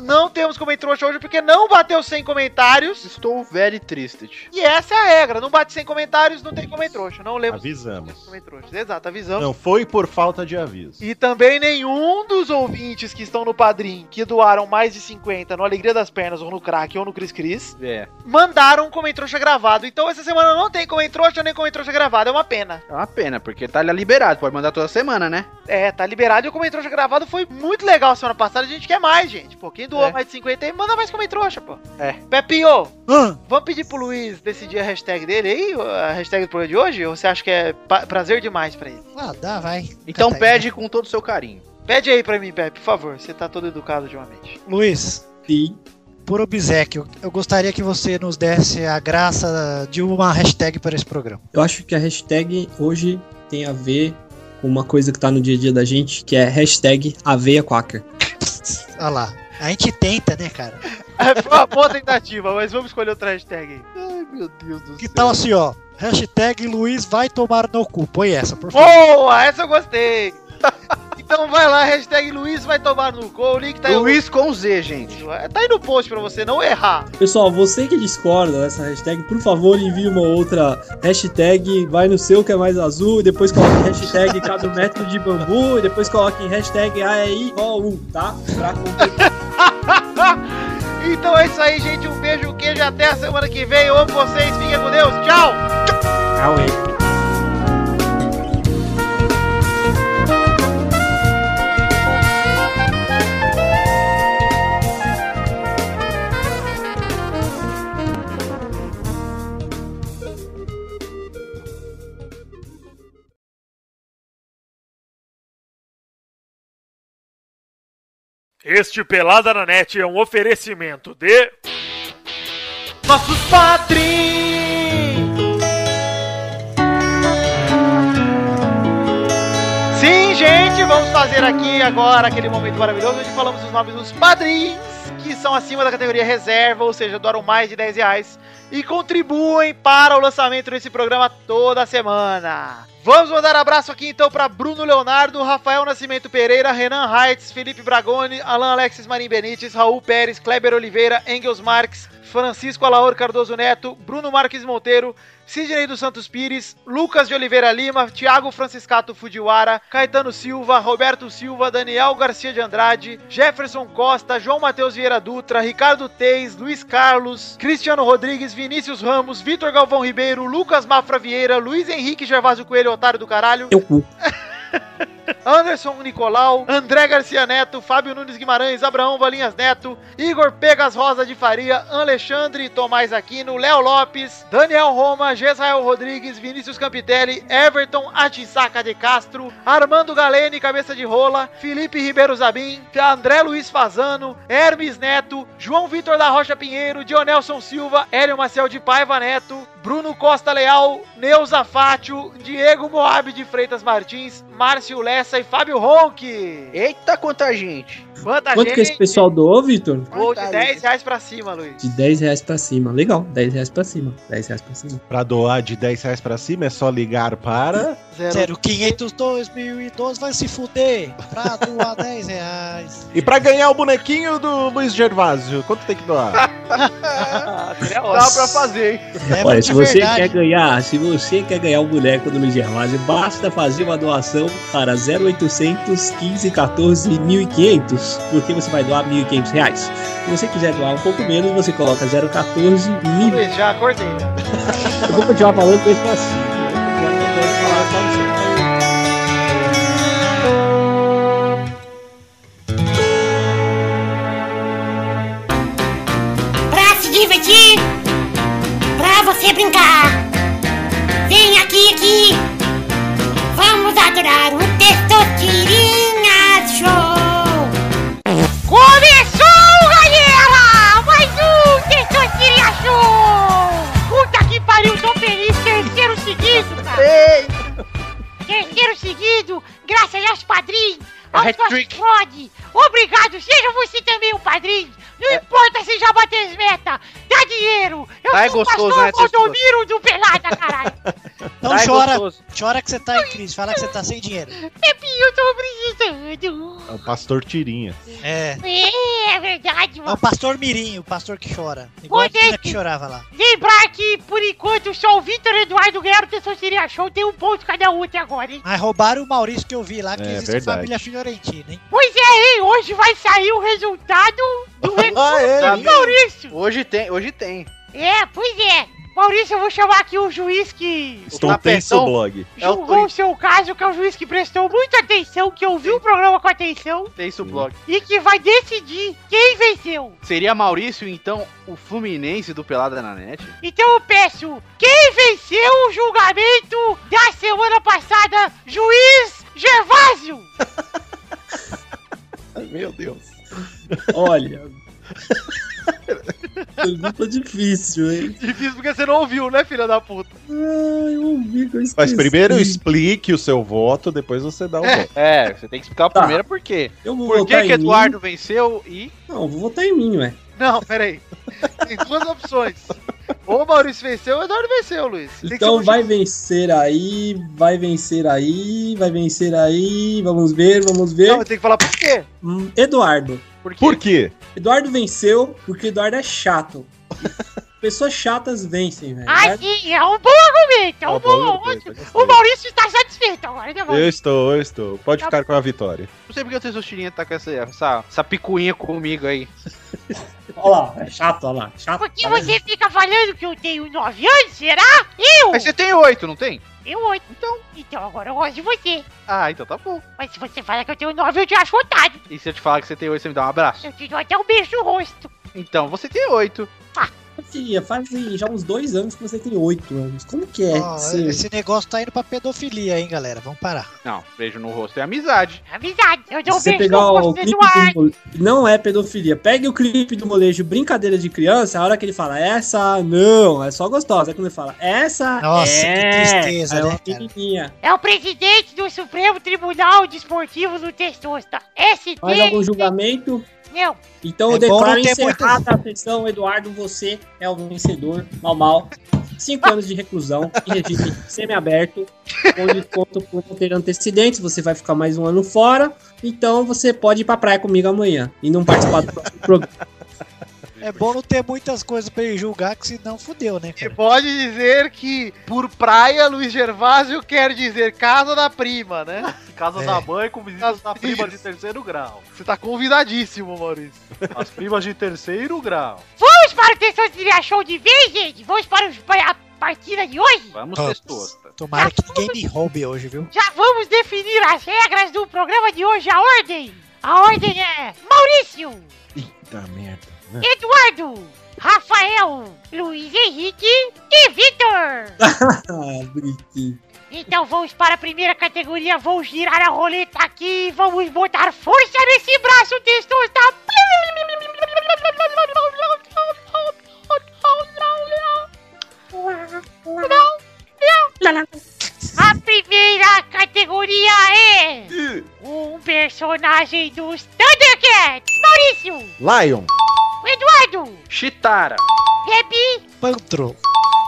Speaker 1: Não temos comentário hoje porque não bateu 100 comentários.
Speaker 2: Estou very triste.
Speaker 1: E essa é a regra, não bate 100 comentários, não tem comentrouxa. Não lemos
Speaker 4: Avisamos.
Speaker 1: comentrouxa. Exato, avisamos.
Speaker 4: Não foi por falta de aviso.
Speaker 1: E também nenhum dos ouvintes que estão no Padrim, que doaram mais de 50 no Alegria das Pernas, ou no Crack, ou no Cris Cris,
Speaker 2: É.
Speaker 1: mandaram um comentrouxa gravado. Então essa semana não tem comentrouxa nem comentrouxa gravado, é uma pena.
Speaker 2: É uma pena, porque tá ali liberado. Pode mandar toda semana, né?
Speaker 1: É, tá liberado e o comentrouxa gravado foi muito legal semana passada, a gente quer mais, gente. Pô, quem doou
Speaker 2: É.
Speaker 1: mais de 50 aí, manda mais comentrouxa, pô.
Speaker 2: É.
Speaker 1: Pepinho,
Speaker 3: Hã?
Speaker 1: Vamos pedir pro Luiz decidir a hashtag dele aí, a hashtag do programa de hoje? Ou você acha que é pa- prazer demais pra ele?
Speaker 3: Ah, dá, vai.
Speaker 2: [LAUGHS] Então
Speaker 3: Canta aí, né?
Speaker 2: pede com todo o seu carinho.
Speaker 1: Pede aí pra mim, Pepe, por favor. Você tá todo educado ultimamente. [LAUGHS]
Speaker 3: né? Luiz,
Speaker 5: Sim.
Speaker 3: por obsequio, eu gostaria que você nos desse a graça de uma hashtag para esse programa.
Speaker 5: Eu acho que a hashtag hoje tem a ver com uma coisa que tá no dia a dia da gente, que é hashtag aveia quaker.
Speaker 3: Olha lá. A gente tenta, né, cara?
Speaker 1: É, Foi uma boa tentativa, mas vamos escolher outra hashtag aí.
Speaker 2: Ai, meu Deus do
Speaker 3: Que tal assim, ó? Hashtag Luiz vai tomar no cu. Põe essa, por favor.
Speaker 1: Boa! Essa eu gostei! Então vai lá, hashtag Luiz vai tomar no gol. O link tá aí. no-
Speaker 2: Luiz com Z, gente.
Speaker 1: Tá aí no post pra você não errar.
Speaker 5: Pessoal, você que discorda dessa hashtag, por favor, envie uma outra hashtag, vai no seu que é mais azul, e depois coloque hashtag [LAUGHS] cada metro de bambu, e depois coloque hashtag AEI1, tá? Pra completar.
Speaker 1: Ah, Então é isso aí, gente. Um beijo, um queijo e até a semana que vem. Eu amo vocês. Fiquem com Deus. Tchau!
Speaker 5: Cauê.
Speaker 1: Este Pelada na Net é um oferecimento de. Nossos patrins! Sim, gente, vamos fazer aqui agora aquele momento maravilhoso onde falamos os nomes dos padrinhos que são acima da categoria reserva, ou seja, doaram mais de 10 reais e contribuem para o lançamento desse programa toda semana. Vamos mandar abraço aqui então para Bruno Leonardo, Rafael Nascimento Pereira, Renan Reitz, Felipe Bragoni, Alan Alexis Marim Benites, Raul Pérez, Kleber Oliveira, Engels Marques, Francisco Alaor Cardoso Neto, Bruno Marques Monteiro, Sidney dos Santos Pires, Lucas de Oliveira Lima, Thiago Franciscato Fujiwara, Caetano Silva, Roberto Silva, Daniel Garcia de Andrade, Jefferson Costa, João Matheus Vieira Dutra, Ricardo Teis, Luiz Carlos, Cristiano Rodrigues, Vinícius Ramos, Vitor Galvão Ribeiro, Lucas Mafra Vieira, Luiz Henrique Gervásio Coelho, otário do caralho,
Speaker 5: Teu cu.
Speaker 1: Anderson Nicolau, André Garcia Neto, Fábio Nunes Guimarães, Abraão Valinhas Neto, Igor Pegas Rosa de Faria, Alexandre Tomás Aquino, Léo Lopes, Daniel Roma, Gesael Rodrigues, Vinícius Campitelli, Everton Atisaca de Castro, Armando Galene Cabeça de Rola, Felipe Ribeiro Zabim, André Luiz Fazano, Hermes Neto, João Vitor da Rocha Pinheiro, Dionelson Silva, Hélio Marcel de Paiva Neto, Bruno Costa Leal, Neuza Fátio, Diego Moab de Freitas Martins, Márcio Lessa e Fábio Ronque.
Speaker 2: Eita, quanta gente!
Speaker 1: Quanta
Speaker 5: Quanto que esse pessoal doou, Vitor?
Speaker 1: Gol de 10 reais pra cima, Luiz.
Speaker 5: De 10 reais pra cima. Legal, 10 reais pra cima. 10 reais pra cima.
Speaker 4: Pra doar de 10 reais pra cima é só ligar para.
Speaker 3: Zero 500 2012 vai se fuder. Pra doar 10 reais.
Speaker 4: E pra ganhar o bonequinho do Luiz Gervásio, quanto tem que doar?
Speaker 2: Dá pra fazer, hein?
Speaker 3: É, mas
Speaker 13: Olha,
Speaker 3: de
Speaker 13: se você
Speaker 3: verdade.
Speaker 13: quer ganhar, se você quer ganhar o boneco do Luiz Gervásio, basta fazer uma doação para 0800 15 14 1500, porque você vai doar 1.500 reais. Se você quiser doar um pouco menos, você coloca 014 mil.
Speaker 1: Luiz, já acordei. né?
Speaker 13: Eu vou continuar falando com esse passinho.
Speaker 9: Pra se divertir, pra você brincar. Vem aqui, aqui. Vamos adorar o Testosterinha Show.
Speaker 10: Começou, galera! Mais um Testosterinha Show! Puta que pariu, tô feliz, terceiro seguido, cara! terceiro seguido, graças aos padrinhos,
Speaker 2: É
Speaker 10: aos nossos prod. Obrigado, seja você também um padrinho!
Speaker 2: É.
Speaker 10: Não importa se já bateu as metas, dá dinheiro! Eu
Speaker 2: Ai,
Speaker 10: sou o
Speaker 2: gostoso,
Speaker 10: pastor
Speaker 2: né, testoso?
Speaker 10: Valdomiro do Pelada, caralho!
Speaker 3: Não
Speaker 2: Ai,
Speaker 3: Então chora.
Speaker 2: Tá gostoso.
Speaker 3: Chora que você tá em crise. Fala que você tá sem dinheiro.
Speaker 10: Pepinho, É eu tô precisando!
Speaker 4: É o pastor Tirinha.
Speaker 3: É.
Speaker 10: É, é verdade,
Speaker 3: É o
Speaker 10: mano!
Speaker 3: pastor Mirim, o pastor que chora. Igual a menina que chorava lá.
Speaker 10: Lembrar que, por enquanto, só o Vitor e o Eduardo ganharam o Testosterinha Show, tem um ponto cada um até agora, hein?
Speaker 3: Mas roubaram o Maurício que eu vi lá, que
Speaker 4: É,
Speaker 3: existe
Speaker 4: verdade.
Speaker 3: família Fiorentina, hein?
Speaker 10: Pois é, hein? Hoje vai sair o resultado do
Speaker 2: [LAUGHS]
Speaker 4: Ah, é,
Speaker 1: Tá
Speaker 10: recurso do
Speaker 4: hein?
Speaker 10: Maurício.
Speaker 2: Hoje tem, hoje tem.
Speaker 10: É, pois é. Maurício, eu vou chamar aqui o juiz que
Speaker 4: Estou tenso
Speaker 2: tapetão.
Speaker 4: blog.
Speaker 2: É o
Speaker 10: julgou o seu caso, que é um juiz que prestou muita atenção, que ouviu o programa com atenção
Speaker 2: Tem isso, blog.
Speaker 10: e que vai decidir quem venceu.
Speaker 2: Seria Maurício, então, o Fluminense do Pelada na Net?
Speaker 10: Então eu peço, quem venceu o julgamento da semana passada, juiz Gervásio?
Speaker 13: Meu Deus. [LAUGHS]
Speaker 5: Olha. Pergunta difícil, hein?
Speaker 1: Difícil porque você não ouviu, né, filha da puta?
Speaker 5: Ai, eu ouvi que eu
Speaker 4: Mas
Speaker 5: esqueci.
Speaker 4: primeiro explique o seu voto, depois você dá o voto.
Speaker 2: É, você tem que explicar
Speaker 5: Tá.
Speaker 2: primeiro por quê.
Speaker 5: Eu vou
Speaker 2: Por
Speaker 5: votar
Speaker 2: que, que
Speaker 5: em
Speaker 2: Eduardo venceu e.
Speaker 5: mim. Não, eu vou votar em mim, ué.
Speaker 1: Não, peraí. Tem duas opções. Ou o Maurício venceu ou o Eduardo venceu, Luiz. Tem que
Speaker 5: Então
Speaker 1: ser
Speaker 5: vai vencer aí, vai vencer aí, vai vencer aí, vamos ver, vamos ver.
Speaker 1: Não, tem que falar por quê?
Speaker 5: Hum, Eduardo.
Speaker 2: Por quê?
Speaker 4: Por quê?
Speaker 5: Eduardo venceu porque Eduardo
Speaker 1: [LAUGHS]
Speaker 5: é chato. Pessoas chatas vencem, velho.
Speaker 10: Ah, sim, é um bom argumento, é um
Speaker 4: Tá
Speaker 10: bom
Speaker 4: bom,
Speaker 10: argumento.
Speaker 4: eu gostei.
Speaker 10: O Maurício está satisfeito agora, né,
Speaker 4: Eu
Speaker 10: Maurício?
Speaker 4: estou, eu estou. Pode
Speaker 10: Tá
Speaker 4: ficar com a vitória.
Speaker 2: Não sei porque o Tessostirinha tá com essa, essa, essa picuinha comigo aí.
Speaker 5: Olha lá, é chato, olha lá. Chato.
Speaker 10: Porque
Speaker 5: tá vendo?
Speaker 10: você fica falando que eu tenho 9 anos, será? Eu!
Speaker 2: Mas você tem oito, não tem?
Speaker 10: Eu 8. Então, então agora eu gosto de você.
Speaker 2: Ah, então tá bom.
Speaker 10: Mas se você fala que eu tenho 9, eu te acho otário.
Speaker 2: E se eu te falar que você tem oito, você me dá um abraço?
Speaker 10: Eu te dou até um beijo no rosto.
Speaker 2: Então, você tem oito.
Speaker 5: Tia, faz aí, já uns dois anos que você tem oito anos. Como que é?
Speaker 1: Ah,
Speaker 3: Ó,
Speaker 5: Você-
Speaker 3: esse negócio tá indo pra pedofilia, hein, galera? Vamos parar.
Speaker 2: Não, beijo no rosto é amizade.
Speaker 10: Amizade. Eu dou um
Speaker 5: você
Speaker 10: beijo
Speaker 5: pegar
Speaker 10: no
Speaker 5: o
Speaker 10: rosto do
Speaker 5: clipe do
Speaker 10: Eduardo.
Speaker 5: mole- Não é pedofilia. Pegue o clipe do molejo Brincadeira de Criança, a hora que ele fala essa, não, é só gostosa. Aí quando ele fala essa,
Speaker 3: Nossa, que
Speaker 5: é,
Speaker 3: tristeza,
Speaker 5: aí é
Speaker 3: né,
Speaker 5: uma
Speaker 3: cara?
Speaker 5: pequenininha.
Speaker 10: É o presidente do Supremo Tribunal Desportivo do Testosta. ST.
Speaker 5: Faz algum julgamento.
Speaker 10: Não,
Speaker 5: Então
Speaker 3: É
Speaker 5: eu declaro
Speaker 3: bom não ter muito-
Speaker 5: encerrada a sessão, Eduardo, você é o vencedor, mal mal. Cinco anos de reclusão em regime semiaberto, com desconto por não ter antecedentes, você vai ficar mais um ano fora, então você pode ir pra praia comigo amanhã e não participar do próximo programa.
Speaker 3: É bom não ter muitas coisas pra ele julgar, que senão fudeu, né,
Speaker 1: E
Speaker 3: cara?
Speaker 1: pode dizer que por praia, Luiz Gervásio quer dizer casa da prima, né?
Speaker 14: Casa
Speaker 3: É.
Speaker 14: da mãe com visitas da prima de
Speaker 1: Isso.
Speaker 14: terceiro grau.
Speaker 1: Você tá convidadíssimo, Maurício.
Speaker 14: As primas de terceiro grau.
Speaker 10: vamos para o Testosta Show de vez, gente? Vamos para os- para a partida de hoje?
Speaker 2: Vamos,
Speaker 3: Vamos.
Speaker 2: testosta.
Speaker 3: Tomara que ninguém me roube hoje, viu?
Speaker 10: Já vamos definir as regras do programa de hoje, a ordem. A ordem é Maurício,
Speaker 4: Eita merda. né?
Speaker 10: Eduardo, Rafael, Luiz Henrique e Vitor.
Speaker 5: Ah, bonitinho.
Speaker 10: Então vamos para a primeira categoria, vou girar a roleta aqui e vamos botar força nesse braço testoso, tá? A primeira categoria é um personagem dos Thundercats. Maurício,
Speaker 4: Lion.
Speaker 10: Eduardo,
Speaker 2: Chitara.
Speaker 10: Gabi,
Speaker 3: Pantro.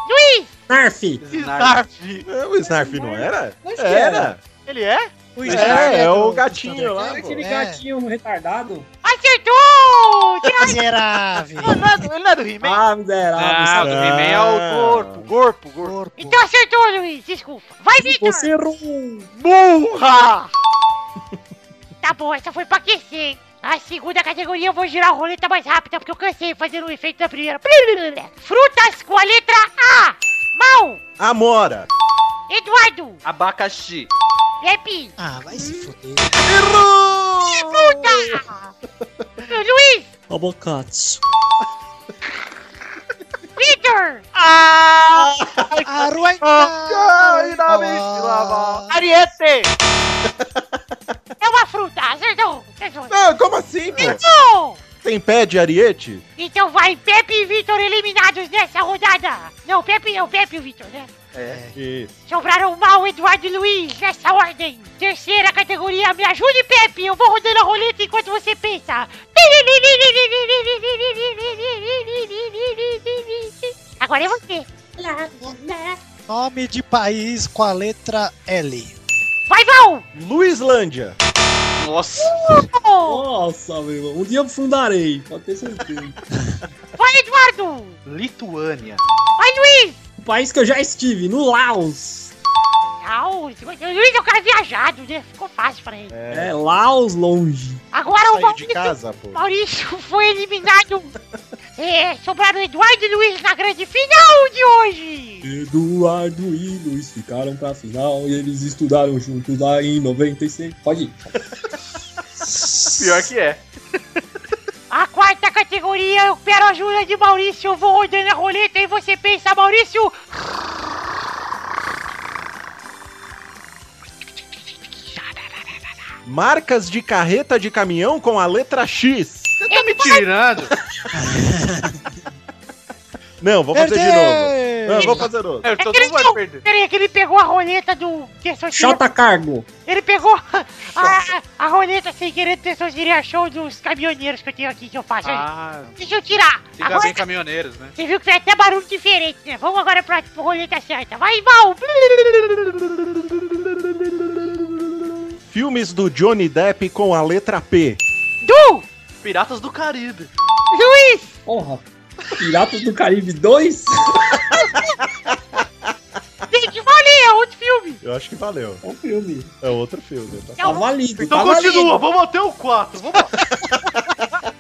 Speaker 10: Luiz,
Speaker 13: Snarf.
Speaker 2: Snarf.
Speaker 4: É, O Snarf não era?
Speaker 5: Mas que
Speaker 4: Era.
Speaker 10: Ele é?
Speaker 3: O
Speaker 4: É, é o gatinho lá. pô.
Speaker 5: Aquele
Speaker 3: É.
Speaker 5: gatinho retardado.
Speaker 10: acertou!
Speaker 3: Miserável.
Speaker 1: Não, não é do- ele não é do He-Man?
Speaker 5: Ah, miserável.
Speaker 2: Ah, o do He-Man é o corpo, corpo, corpo.
Speaker 3: Corpo.
Speaker 10: Então acertou, Luiz, desculpa. Vai, Vitor!
Speaker 5: Você errou.
Speaker 1: Burra!
Speaker 10: Tá bom, essa foi pra aquecer, hein? A segunda categoria eu vou girar a roleta mais rápida, porque eu cansei fazendo o efeito da primeira. Frutas com a letra A. Mal,
Speaker 4: Amora.
Speaker 10: Eduardo,
Speaker 2: Abacaxi.
Speaker 10: Pepe,
Speaker 3: Ah, vai se fuder.
Speaker 10: fruta. Tá. Luiz,
Speaker 13: Robocots.
Speaker 10: Vitor,
Speaker 1: Ah!
Speaker 3: Aruenta!
Speaker 1: Ah. Ariete!
Speaker 10: é uma fruta. Acertou, acertou.
Speaker 4: Não, como assim, pô?
Speaker 10: Acertou.
Speaker 4: Tem pé de ariete?
Speaker 10: Então vai Pepe e Vitor eliminados nessa rodada. Não, Pepe não, Pepe e o Vitor, né?
Speaker 4: Isso.
Speaker 10: Sobraram mal Eduardo e Luiz nessa ordem. Terceira categoria, me ajude, Pepe. Eu vou rodando a roleta enquanto você pensa. Agora é você.
Speaker 3: Nome de país com a letra L.
Speaker 10: Vai, Val!
Speaker 4: Luislândia.
Speaker 2: Nossa.
Speaker 5: Nossa, meu irmão. Um dia eu fundarei, pode ter [LAUGHS] certeza.
Speaker 10: Vai, Eduardo!
Speaker 2: Lituânia.
Speaker 10: Vai, Luiz!
Speaker 5: um país que eu já estive, no Laos.
Speaker 10: Não, o Luiz é um cara viajado, né? Ficou fácil pra ele.
Speaker 5: É, Laos longe.
Speaker 10: Agora
Speaker 4: Saiu
Speaker 10: o
Speaker 4: de
Speaker 10: Maurício,
Speaker 4: casa, pô.
Speaker 10: Maurício foi eliminado. É, sobraram Eduardo e Luiz na grande final de hoje.
Speaker 5: Eduardo e Luiz ficaram pra final e eles estudaram juntos lá em 96. Pode ir.
Speaker 2: Pior que é.
Speaker 10: A quarta categoria, eu quero a ajuda de Maurício. Eu vou rodando a roleta e você pensa, Maurício.
Speaker 4: Marcas de carreta de caminhão com a letra X.
Speaker 2: Você tá me tirando.
Speaker 4: Não, vou fazer de novo. Não,
Speaker 3: Perdeu!
Speaker 4: vou fazer outro.
Speaker 2: É,
Speaker 14: então
Speaker 2: todo
Speaker 10: Aquele
Speaker 2: mundo vai
Speaker 10: não.
Speaker 2: perder.
Speaker 10: Peraí, que ele pegou a roleta do Testosteria.
Speaker 5: Chota cargo.
Speaker 10: Ele pegou [LAUGHS] a, a roleta sem querer do Testosteria Show dos caminhoneiros que eu tenho aqui que eu faço. gente.
Speaker 2: Ah,
Speaker 10: Deixa eu tirar.
Speaker 2: fica
Speaker 10: Agora,
Speaker 2: bem caminhoneiros, né?
Speaker 10: você viu que fez até barulho diferente, né? Vamos agora pra pra roleta certa. Vai, Val.
Speaker 4: Filmes do Johnny Depp com a letra P.
Speaker 10: Du,
Speaker 2: Piratas do Caribe.
Speaker 10: Luiz,
Speaker 5: Porra. Piratas do Caribe 2?
Speaker 10: tem que valer, é outro filme. um
Speaker 4: Eu acho que valeu.
Speaker 5: É um filme.
Speaker 4: É outro filme. tá?
Speaker 5: Tá valido.
Speaker 14: Então
Speaker 5: tá
Speaker 14: continua,
Speaker 5: valido.
Speaker 14: vamos até o 4. Vamos lá.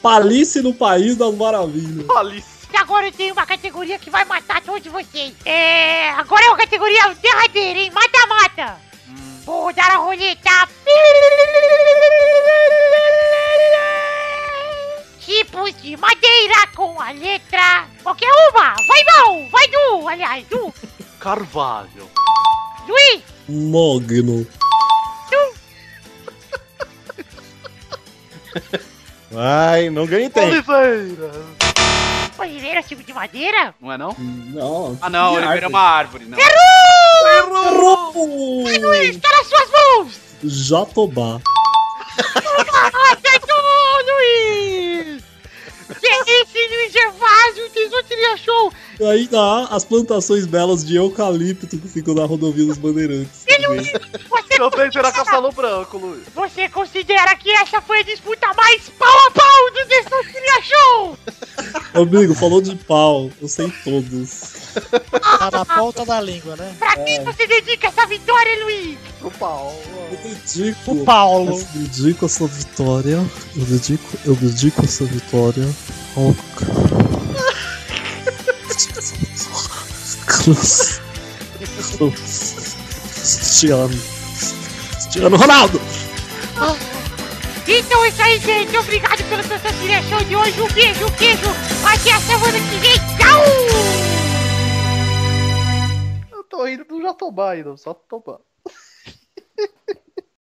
Speaker 5: Palice no País das Maravilhas.
Speaker 14: Alice.
Speaker 10: E Agora eu tenho uma categoria que vai matar todos vocês. É. Agora é uma categoria derradeira, hein? Mata-mata! Vou rodar a roleta. Tipos de madeira com a letra. Qualquer uma! Vai, Val! Vai, Du! Aliás, Du!
Speaker 14: Carvalho.
Speaker 10: Luiz!
Speaker 5: Mogno.
Speaker 4: Ai, não ganhei
Speaker 5: É.
Speaker 4: tempo.
Speaker 14: Oliveira.
Speaker 10: Oliveira, tipo de madeira?
Speaker 2: Não é não?
Speaker 5: Não.
Speaker 2: Ah não,
Speaker 5: Que
Speaker 2: Oliveira é uma árvore. Não.
Speaker 5: Errou!
Speaker 10: Luiz, tá nas suas mãos!
Speaker 5: Jatobá.
Speaker 10: Acertou, Luiz! Que esse Luiz Gervásio, Tesoteria Show!
Speaker 5: E ainda há as plantações belas de eucalipto que ficam na rodovia dos Bandeirantes.
Speaker 10: Você
Speaker 14: Também será castelo branco, Luiz.
Speaker 10: Você considera que essa foi a disputa mais pau a pau do Destrucilha Show?
Speaker 5: Amigo, falou de pau. Eu sei todos.
Speaker 3: Tá na ponta da língua, né?
Speaker 10: Pra quem você dedica essa vitória, Luiz?
Speaker 5: Eu dedico.
Speaker 3: O Paulo.
Speaker 5: Eu dedico essa vitória. Eu dedico, eu dedico essa vitória ao. Cruz. Cristiano. Cristiano Ronaldo!
Speaker 10: Então é isso aí, gente. Obrigado pela sua seleção de hoje. Um beijo, um beijo. Até a semana que vem. Tchau!
Speaker 1: Eu tô rindo do Jatobá ainda, só Jatobá.